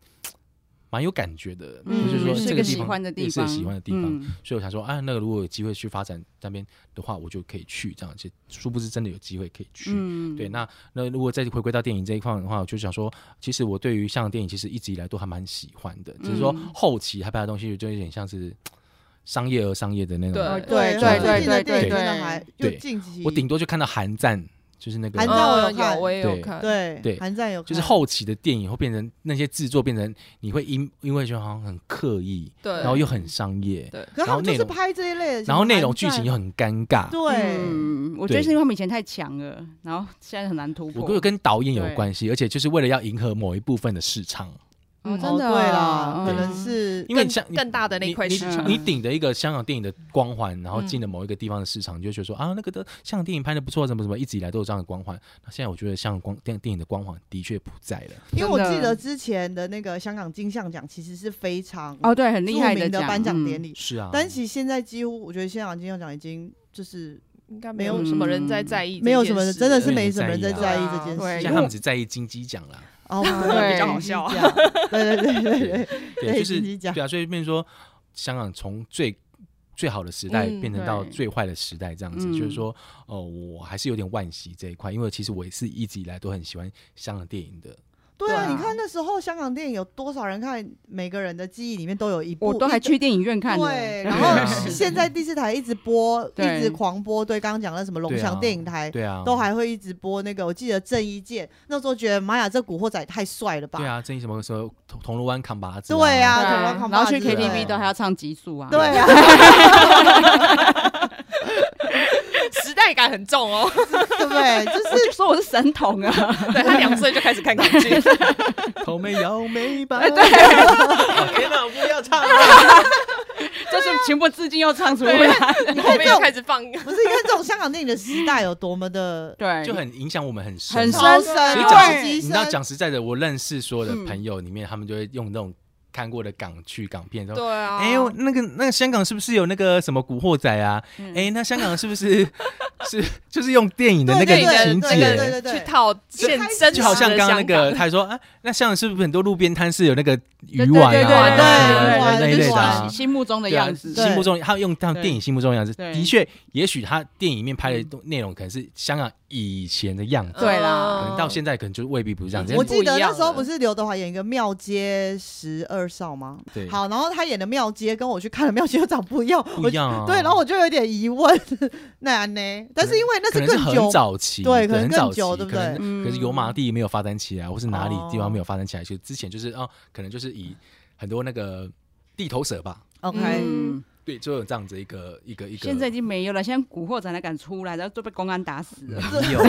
[SPEAKER 2] 蛮有感觉的，
[SPEAKER 3] 嗯
[SPEAKER 2] 就是说
[SPEAKER 3] 是
[SPEAKER 2] 这
[SPEAKER 3] 个
[SPEAKER 2] 地
[SPEAKER 3] 喜
[SPEAKER 2] 方
[SPEAKER 3] 欢的地
[SPEAKER 2] 也是
[SPEAKER 3] 方，
[SPEAKER 2] 个喜欢的地方。
[SPEAKER 3] 嗯
[SPEAKER 2] 所以我想说，啊，那个如果有机会去发展那边的话，我就可以去这样。其实殊不知真的有机会可以去。
[SPEAKER 3] 嗯
[SPEAKER 2] 对，那那如果再回归到电影这一块的话，我就想说，其实我对于香港电影其实一直以来都还蛮喜欢的，只是说
[SPEAKER 3] 嗯
[SPEAKER 2] 后期他拍的东西就有点像是商业而商业的那种。
[SPEAKER 4] 对
[SPEAKER 1] 哦对
[SPEAKER 3] 呃对
[SPEAKER 1] 像
[SPEAKER 3] 对
[SPEAKER 1] 最
[SPEAKER 3] 对
[SPEAKER 1] 近的电影
[SPEAKER 3] 对对嗯
[SPEAKER 1] 真的还就
[SPEAKER 2] 对
[SPEAKER 1] 近期，
[SPEAKER 2] 我顶多就看到韩战，就是那
[SPEAKER 1] 韩
[SPEAKER 2] 个
[SPEAKER 1] 战我有
[SPEAKER 4] 嗯
[SPEAKER 1] 看
[SPEAKER 4] 我也有
[SPEAKER 2] 对
[SPEAKER 3] 呃
[SPEAKER 4] 看，
[SPEAKER 1] 对
[SPEAKER 2] 对
[SPEAKER 1] 韩战有看
[SPEAKER 2] 就是后期的电影会变成那些制作变成你会因因为就好像很刻意，
[SPEAKER 4] 对，
[SPEAKER 2] 然后又很商业，
[SPEAKER 4] 对
[SPEAKER 1] 可是他们就
[SPEAKER 2] 然后内
[SPEAKER 1] 是
[SPEAKER 2] 容
[SPEAKER 1] 拍这一类的，
[SPEAKER 2] 然后内容
[SPEAKER 1] 什
[SPEAKER 2] 剧
[SPEAKER 1] 么
[SPEAKER 2] 情
[SPEAKER 1] 寒
[SPEAKER 2] 又很尴
[SPEAKER 1] 战
[SPEAKER 2] 尬。
[SPEAKER 1] 对，
[SPEAKER 3] 嗯，我觉得
[SPEAKER 2] 对
[SPEAKER 3] 是因为他们以前太强了，然后现在很难突
[SPEAKER 2] 我
[SPEAKER 3] 破。
[SPEAKER 2] 觉得跟导演有
[SPEAKER 3] 对
[SPEAKER 2] 关系，而且就是为了要迎合某一部分的市场，
[SPEAKER 3] 哦
[SPEAKER 1] 哦
[SPEAKER 3] 真的
[SPEAKER 1] 对啦
[SPEAKER 3] 啊，
[SPEAKER 1] 可
[SPEAKER 3] 嗯
[SPEAKER 1] 能是
[SPEAKER 2] 因为
[SPEAKER 4] 更
[SPEAKER 2] 像你
[SPEAKER 4] 更大的那
[SPEAKER 2] 你
[SPEAKER 4] 块
[SPEAKER 2] 你
[SPEAKER 4] 市场
[SPEAKER 2] 你顶着一个香港电影的光环，然后
[SPEAKER 4] 嗯
[SPEAKER 2] 进了某一个地方的市场，你就觉得说啊，那个的香港电影拍的不错，怎么怎么，一直以来都有这样的光环。那现在我觉得香港光电电影的光环的确不在了。
[SPEAKER 1] 因为我
[SPEAKER 3] 真的
[SPEAKER 1] 记得之前的那个香港金像奖其实是非常
[SPEAKER 3] 哦，对，很
[SPEAKER 1] 著
[SPEAKER 3] 厉害
[SPEAKER 1] 名的
[SPEAKER 3] 奖嗯
[SPEAKER 1] 颁奖典
[SPEAKER 3] 礼，
[SPEAKER 1] 礼，
[SPEAKER 2] 是啊，
[SPEAKER 1] 但其实现在几乎我觉得香港金像奖已经就是
[SPEAKER 4] 应该
[SPEAKER 1] 没
[SPEAKER 4] 没
[SPEAKER 1] 有
[SPEAKER 4] 有什么人在在意这件事了，
[SPEAKER 1] 没有什么人，真的是
[SPEAKER 2] 对
[SPEAKER 1] 没
[SPEAKER 2] 没
[SPEAKER 1] 什么人在
[SPEAKER 2] 在意
[SPEAKER 1] 在
[SPEAKER 2] 啊
[SPEAKER 1] 意这件
[SPEAKER 4] 对
[SPEAKER 1] 事
[SPEAKER 2] 现在
[SPEAKER 1] 情
[SPEAKER 2] 他们只在意金鸡奖 啦，
[SPEAKER 1] 哦，
[SPEAKER 3] 对比较
[SPEAKER 4] 好笑
[SPEAKER 1] 是这样对对对对对，对
[SPEAKER 2] 对，就是
[SPEAKER 1] 金鸡奖
[SPEAKER 2] 对啊，所以变成说香港从最。最好的时代
[SPEAKER 4] 嗯
[SPEAKER 2] 变成到
[SPEAKER 3] 对
[SPEAKER 2] 最坏的时代，这样子、
[SPEAKER 3] 嗯
[SPEAKER 2] 就是说，哦，我还是有点惋惜这一块，因为其实我也是一直以来都很喜欢香港电影的，
[SPEAKER 1] 对啊！
[SPEAKER 3] 对啊
[SPEAKER 1] 你看那时候香港电影有多少人看，每个人的记忆里面都有一部，
[SPEAKER 3] 我都还
[SPEAKER 1] 一
[SPEAKER 3] 去电影院看呢。
[SPEAKER 1] 对，
[SPEAKER 2] 对
[SPEAKER 1] 然
[SPEAKER 2] 啊
[SPEAKER 1] 后现在第四台一直播，
[SPEAKER 3] 对
[SPEAKER 1] 一直狂播。对，刚刚讲的什么龙
[SPEAKER 2] 对啊
[SPEAKER 1] 翔电影台，
[SPEAKER 2] 对啊，
[SPEAKER 1] 都还会一直播那个。我记得郑伊健那时候觉得，妈呀，这古惑仔太帅了吧？
[SPEAKER 2] 对啊，争议什么时候铜铜锣湾扛把子、
[SPEAKER 1] 对啊
[SPEAKER 3] 对
[SPEAKER 1] 怎么扛
[SPEAKER 3] 然后
[SPEAKER 1] 把
[SPEAKER 3] 去
[SPEAKER 1] 子
[SPEAKER 3] KTV
[SPEAKER 1] 对
[SPEAKER 3] 都还要唱极速啊。
[SPEAKER 1] 对啊，
[SPEAKER 4] 时代感很重哦。
[SPEAKER 1] 对不对？就是
[SPEAKER 3] 我就说我是神童 啊，
[SPEAKER 4] 对他两岁就开始看港剧，
[SPEAKER 2] 头没摇没摆。对，天哪，我不要唱了。
[SPEAKER 3] 就是情不自禁又唱出来，
[SPEAKER 4] 你后面又开始放，
[SPEAKER 1] 不是你看这种香港电影的时代有多么的
[SPEAKER 3] 对，啊
[SPEAKER 2] 就很影响我们很深。
[SPEAKER 3] 很
[SPEAKER 2] 所
[SPEAKER 1] 超
[SPEAKER 3] 深
[SPEAKER 1] 深，
[SPEAKER 2] 以
[SPEAKER 3] 因为
[SPEAKER 1] 超
[SPEAKER 2] 讲，
[SPEAKER 1] 级
[SPEAKER 2] 你
[SPEAKER 1] 深
[SPEAKER 2] 知。道讲实在的，我认识所有的朋友里面，他们就会用那种看过的港剧、港片，说。
[SPEAKER 4] 对啊，
[SPEAKER 2] 哎、我那个那个香港是不是有那个什么《古惑仔》啊？哎、
[SPEAKER 3] 嗯
[SPEAKER 2] 那香港是不是是就是用电影的那个
[SPEAKER 1] 对对对
[SPEAKER 2] 情
[SPEAKER 1] 对对对
[SPEAKER 2] 节，
[SPEAKER 1] 对对，
[SPEAKER 4] 去套现真实的香港，
[SPEAKER 2] 就好像刚刚那个，他说啊，那香港是不是很多路边摊是有那个鱼丸
[SPEAKER 3] 对对
[SPEAKER 2] 啊，
[SPEAKER 3] 对
[SPEAKER 1] 对
[SPEAKER 2] 那
[SPEAKER 1] 对
[SPEAKER 2] 一
[SPEAKER 1] 对
[SPEAKER 2] 类的、啊
[SPEAKER 1] 对
[SPEAKER 3] 是，心目中的
[SPEAKER 2] 对啊
[SPEAKER 3] 样子。
[SPEAKER 1] 对嗯
[SPEAKER 2] 心目中他用他
[SPEAKER 3] 对
[SPEAKER 2] 电影心目中的样子，
[SPEAKER 3] 对
[SPEAKER 2] 的确，也许他电影里面拍的东内容可能是香港以前的样子，
[SPEAKER 3] 对啦
[SPEAKER 4] 嗯
[SPEAKER 2] 可能到现在可能就未必不是这样子。
[SPEAKER 1] 嗯我
[SPEAKER 4] 不
[SPEAKER 1] 记得
[SPEAKER 4] 一样
[SPEAKER 1] 那时候
[SPEAKER 4] 了
[SPEAKER 1] 不是刘德华演一个《庙街十二少》吗？
[SPEAKER 2] 对，
[SPEAKER 1] 好，然后他演的《庙街》跟我去看的《庙街》又长不一样，
[SPEAKER 2] 不一样啊。
[SPEAKER 1] 对，然后我就有点疑问， 那样呢？但是因为那
[SPEAKER 2] 可能是
[SPEAKER 1] 更久
[SPEAKER 2] 很，早期，
[SPEAKER 1] 对可能
[SPEAKER 2] 很早
[SPEAKER 1] 更
[SPEAKER 2] 期，
[SPEAKER 1] 久对不嗯
[SPEAKER 2] 可能
[SPEAKER 3] 对
[SPEAKER 2] 可是油麻地没有发展起来，或是哪里地
[SPEAKER 1] 哦
[SPEAKER 2] 方没有发展起来，就之前就是哦，可能就是以很多那个地头蛇吧，
[SPEAKER 1] OK，
[SPEAKER 3] 嗯，
[SPEAKER 2] 对，就有这样子一个一个一个。
[SPEAKER 3] 现在已经没有了，现在古惑仔才敢出来，然后都被公安打死了。
[SPEAKER 2] 没有，古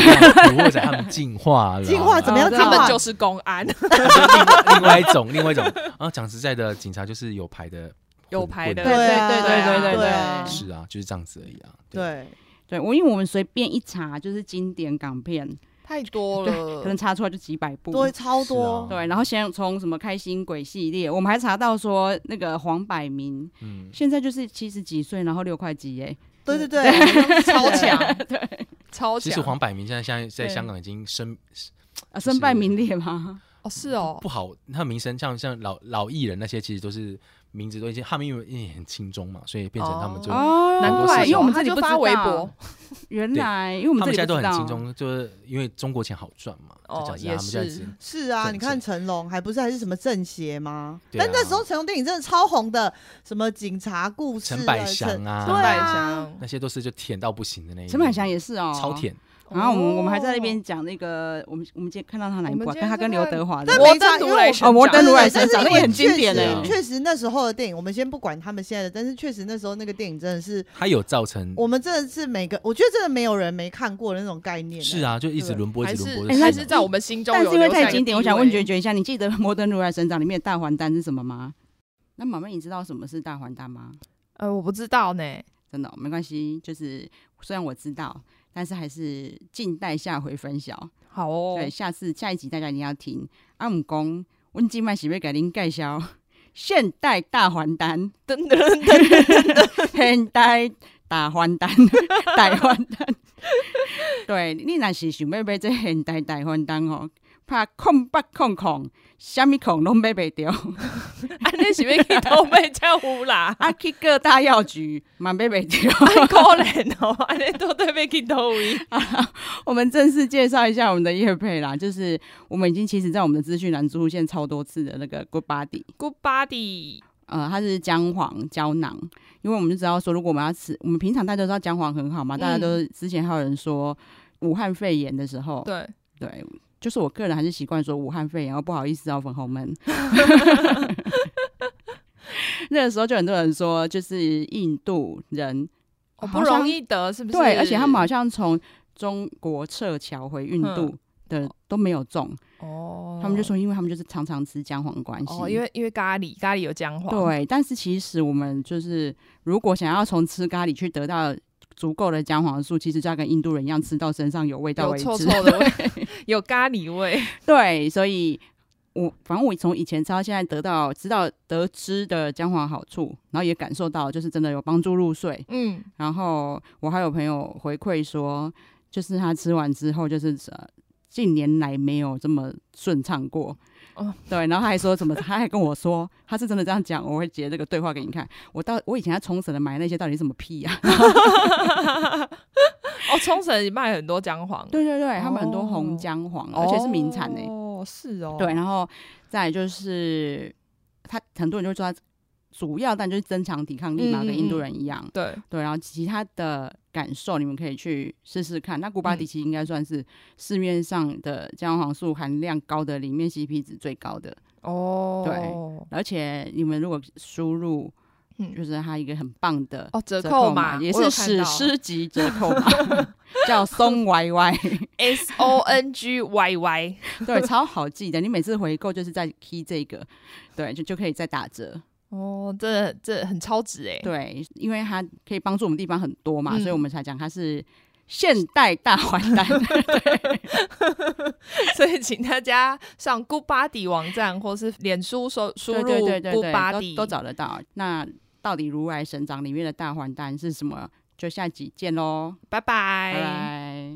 [SPEAKER 2] 惑仔他们进化了，啊
[SPEAKER 1] 进化怎么样？
[SPEAKER 3] 哦
[SPEAKER 1] 进
[SPEAKER 4] 他
[SPEAKER 1] 化
[SPEAKER 4] 们就是公 安，
[SPEAKER 2] 另另外一种，另外一种。然后讲实在的，警察就是有牌的，
[SPEAKER 4] 有牌的
[SPEAKER 2] 混
[SPEAKER 1] 对
[SPEAKER 2] 混
[SPEAKER 1] 啊
[SPEAKER 3] 对对对
[SPEAKER 1] 对
[SPEAKER 3] 对
[SPEAKER 1] 啊
[SPEAKER 2] 是啊，就是这样子而已啊。
[SPEAKER 1] 对，
[SPEAKER 3] 对我，因为我们随便一查就是经典港片，
[SPEAKER 4] 太多
[SPEAKER 2] 呃
[SPEAKER 3] 对，可
[SPEAKER 4] 了
[SPEAKER 3] 能。查出来就几百部。
[SPEAKER 1] 多超多
[SPEAKER 2] 是啊，
[SPEAKER 3] 对，然后先从什么开心鬼系列，我们还查到说那个黄百鸣
[SPEAKER 2] 嗯，
[SPEAKER 3] 现在就是七十几岁，然后六块几耶，
[SPEAKER 1] 对对 对，
[SPEAKER 4] 超
[SPEAKER 1] 对
[SPEAKER 4] 强，对，超
[SPEAKER 2] 其实
[SPEAKER 4] 强
[SPEAKER 2] 黄百鸣现在现在在
[SPEAKER 4] 啊对
[SPEAKER 2] 香港已经声
[SPEAKER 3] 啊，身败名裂吗？
[SPEAKER 4] 哦，是哦，
[SPEAKER 2] 不好，他的名声像像老老艺人那些，其实都是名字都已经他们因为因为很轻中嘛，所以变成他们就、
[SPEAKER 4] 哦
[SPEAKER 3] 哦
[SPEAKER 2] 很
[SPEAKER 4] 难
[SPEAKER 2] 多事
[SPEAKER 4] 怪，
[SPEAKER 2] 情
[SPEAKER 4] 因为我们
[SPEAKER 3] 自
[SPEAKER 4] 这
[SPEAKER 3] 己
[SPEAKER 4] 里就
[SPEAKER 3] 不知
[SPEAKER 4] 发
[SPEAKER 3] 道
[SPEAKER 4] 微博，
[SPEAKER 3] 原来，因为我
[SPEAKER 2] 他
[SPEAKER 3] 们
[SPEAKER 2] 们
[SPEAKER 3] 这
[SPEAKER 2] 现在都
[SPEAKER 3] 里不知
[SPEAKER 2] 很
[SPEAKER 3] 道
[SPEAKER 2] 轻中，就是因为中国钱好赚嘛，
[SPEAKER 4] 哦
[SPEAKER 2] 就讲是
[SPEAKER 4] 也
[SPEAKER 2] 他们现在
[SPEAKER 4] 是
[SPEAKER 2] 只
[SPEAKER 1] 是啊，
[SPEAKER 2] 正
[SPEAKER 1] 你看成龙还不是还是什么政协吗？
[SPEAKER 2] 对啊
[SPEAKER 1] 但那时候成龙电影真的超红的，什么警察故事、啊、
[SPEAKER 2] 陈百祥
[SPEAKER 1] 陈
[SPEAKER 2] 啊，
[SPEAKER 1] 对啊
[SPEAKER 4] 百香
[SPEAKER 2] 那些都是就舔到不行的那一
[SPEAKER 3] 陈百祥
[SPEAKER 2] 也
[SPEAKER 3] 也是哦，
[SPEAKER 2] 超。舔，
[SPEAKER 3] 然后我
[SPEAKER 4] 哦
[SPEAKER 3] 们我们还在那边讲那个，我们我们今天看到他哪一部
[SPEAKER 4] 我们
[SPEAKER 3] 啊？
[SPEAKER 4] 今天
[SPEAKER 3] 跟他跟
[SPEAKER 4] 在
[SPEAKER 3] 刘
[SPEAKER 4] 看
[SPEAKER 3] 德华的
[SPEAKER 1] 但
[SPEAKER 4] 摩
[SPEAKER 1] 没差
[SPEAKER 4] 登
[SPEAKER 1] 因
[SPEAKER 4] 如
[SPEAKER 1] 为
[SPEAKER 4] 来
[SPEAKER 1] 我
[SPEAKER 4] 神
[SPEAKER 3] 哦摩
[SPEAKER 4] 掌
[SPEAKER 3] 登如来神
[SPEAKER 1] 但是
[SPEAKER 3] 掌
[SPEAKER 1] 因
[SPEAKER 3] 那
[SPEAKER 1] 为
[SPEAKER 3] 也很经典
[SPEAKER 1] 确
[SPEAKER 2] 欸
[SPEAKER 1] 实
[SPEAKER 2] 啊
[SPEAKER 1] 确实那时候的电影，我们先不管他们现在的，但是确实那时候那个电影真的是，
[SPEAKER 2] 他有造成
[SPEAKER 1] 我们真的是每个，我觉得真的没有人没看过的那种概念、
[SPEAKER 2] 是，啊，就一直轮播，一
[SPEAKER 4] 还
[SPEAKER 2] 直轮
[SPEAKER 4] 是
[SPEAKER 2] 播
[SPEAKER 3] 哎
[SPEAKER 2] 的事
[SPEAKER 3] 那
[SPEAKER 2] 嘛，
[SPEAKER 4] 还是在我们心中
[SPEAKER 3] 但
[SPEAKER 4] 有
[SPEAKER 3] 是因为
[SPEAKER 4] 留下一
[SPEAKER 3] 太
[SPEAKER 4] 个
[SPEAKER 3] 经典，我
[SPEAKER 4] 地
[SPEAKER 3] 想
[SPEAKER 4] 位
[SPEAKER 3] 问决决一下，你记得《摩登如来神掌》里面的大还丹是什么吗？那妈妈，你知道什么是大还丹吗？
[SPEAKER 4] 呃，我不知道呢，
[SPEAKER 3] 真的哦、没关系，就是虽然我知道，但是还是静待下回分晓。
[SPEAKER 4] 好 哦
[SPEAKER 3] 对，下次下一集大家一定要听。啊阿姆公，温静麦喜被改您介绍 现代大还丹，
[SPEAKER 4] 真的
[SPEAKER 3] 现代大还丹， 大还丹。对，你若是想要买这现代大还丹吼，拍空八空空，什么空拢买袂着。？
[SPEAKER 4] 啊，那是不是都被叫呼啦
[SPEAKER 3] 啊，去各大药局嘛买袂着。
[SPEAKER 4] 很可怜哦，安尼都对被 K 偷伊。
[SPEAKER 3] 我们正式介绍一下我们的叶配啦，就是我们已经其实在我们的资讯栏出现超多次的那个 Good Body，
[SPEAKER 4] Good body，
[SPEAKER 3] 呃，它是姜黄胶囊，因为我们就知道说，如果我们要吃，我们平常大家都知道姜黄很好嘛，大家都
[SPEAKER 4] 嗯
[SPEAKER 3] 之前还有人说武汉肺炎的时候，
[SPEAKER 4] 对，
[SPEAKER 3] 对，就是我个人还是习惯说武汉肺炎，然后不好意思哦，粉 红们。 那个时候就很多人说，就是印度人
[SPEAKER 4] 哦，不
[SPEAKER 3] 好像
[SPEAKER 4] 容易得，是不是？
[SPEAKER 3] 对，而且他们好像从中国撤侨回印
[SPEAKER 4] 嗯
[SPEAKER 3] 度的都没有中，
[SPEAKER 4] 哦，
[SPEAKER 3] 他们就说，因为他们就是常常吃姜黄的关系。
[SPEAKER 4] 哦，因为因为咖喱咖喱有姜黄，，
[SPEAKER 3] 对，但是其实我们就是如果想要从吃咖喱去得到足够的姜黄素，其实就要跟印度人一样吃到身上有味道
[SPEAKER 4] 有
[SPEAKER 3] 为止。
[SPEAKER 4] 臭臭 的味，有咖喱味。
[SPEAKER 3] 对，所以我反正我从以前吃到现在得到知道得知的姜黄好处，然后也感受到就是真的有帮助入睡，
[SPEAKER 4] 嗯，
[SPEAKER 3] 然后我还有朋友回馈说，就是他吃完之后，就是呃近年来没有这么顺畅过。
[SPEAKER 4] 哦
[SPEAKER 3] 对，然后他还说什么？他还跟我说，他是真的这样讲，我会截这个对话给你看。我到我以前在冲绳的买那些到底是什么屁啊呀、
[SPEAKER 4] 哦，冲绳也卖很多姜黄，
[SPEAKER 3] 对对对，他们很多红
[SPEAKER 4] 哦
[SPEAKER 3] 姜黄，
[SPEAKER 4] 哦，
[SPEAKER 3] 而且是名产呢、
[SPEAKER 4] 哦，是哦，
[SPEAKER 3] 对，然后再来就是他很多人就说他主要但就是增强抵抗力嘛，
[SPEAKER 4] 嗯
[SPEAKER 3] 跟印度
[SPEAKER 4] 嗯嗯
[SPEAKER 3] 人一样。
[SPEAKER 4] 对，
[SPEAKER 3] 对，然后其他的感受你们可以去试试看。那古
[SPEAKER 4] 嗯
[SPEAKER 3] 巴迪奇应该算是市面上的姜黄素含量高的，里面 CP 值最高的。
[SPEAKER 4] 哦，
[SPEAKER 3] 对，而且你们如果输入，
[SPEAKER 4] 嗯
[SPEAKER 3] 就是它一个很棒的
[SPEAKER 4] 哦，折
[SPEAKER 3] 折
[SPEAKER 4] 扣
[SPEAKER 3] 码，
[SPEAKER 4] 码
[SPEAKER 3] 也
[SPEAKER 4] 我有
[SPEAKER 3] 是
[SPEAKER 4] 看
[SPEAKER 3] 史
[SPEAKER 4] 到
[SPEAKER 3] 诗级折扣码， 叫松歪歪，
[SPEAKER 4] S O N G Y Y，
[SPEAKER 3] 对，超好记的。你每次回购就是在 key 这个，对，就就可以再打折。
[SPEAKER 4] 哦，这这很超值哎，
[SPEAKER 3] 对，因为它可以帮助我们地方很多嘛，所以
[SPEAKER 4] 嗯
[SPEAKER 3] 我们才讲它是现代大还 丹。
[SPEAKER 4] 所以请大家上 Good Body 网站或是脸书搜输
[SPEAKER 3] 对
[SPEAKER 4] 入
[SPEAKER 3] 对对对
[SPEAKER 4] Good
[SPEAKER 3] 对
[SPEAKER 4] Body，
[SPEAKER 3] 都都找得到。那到底如来神掌里面的大还丹是什么？就下集见喽，
[SPEAKER 4] 拜
[SPEAKER 3] 拜
[SPEAKER 4] 拜。
[SPEAKER 3] 拜。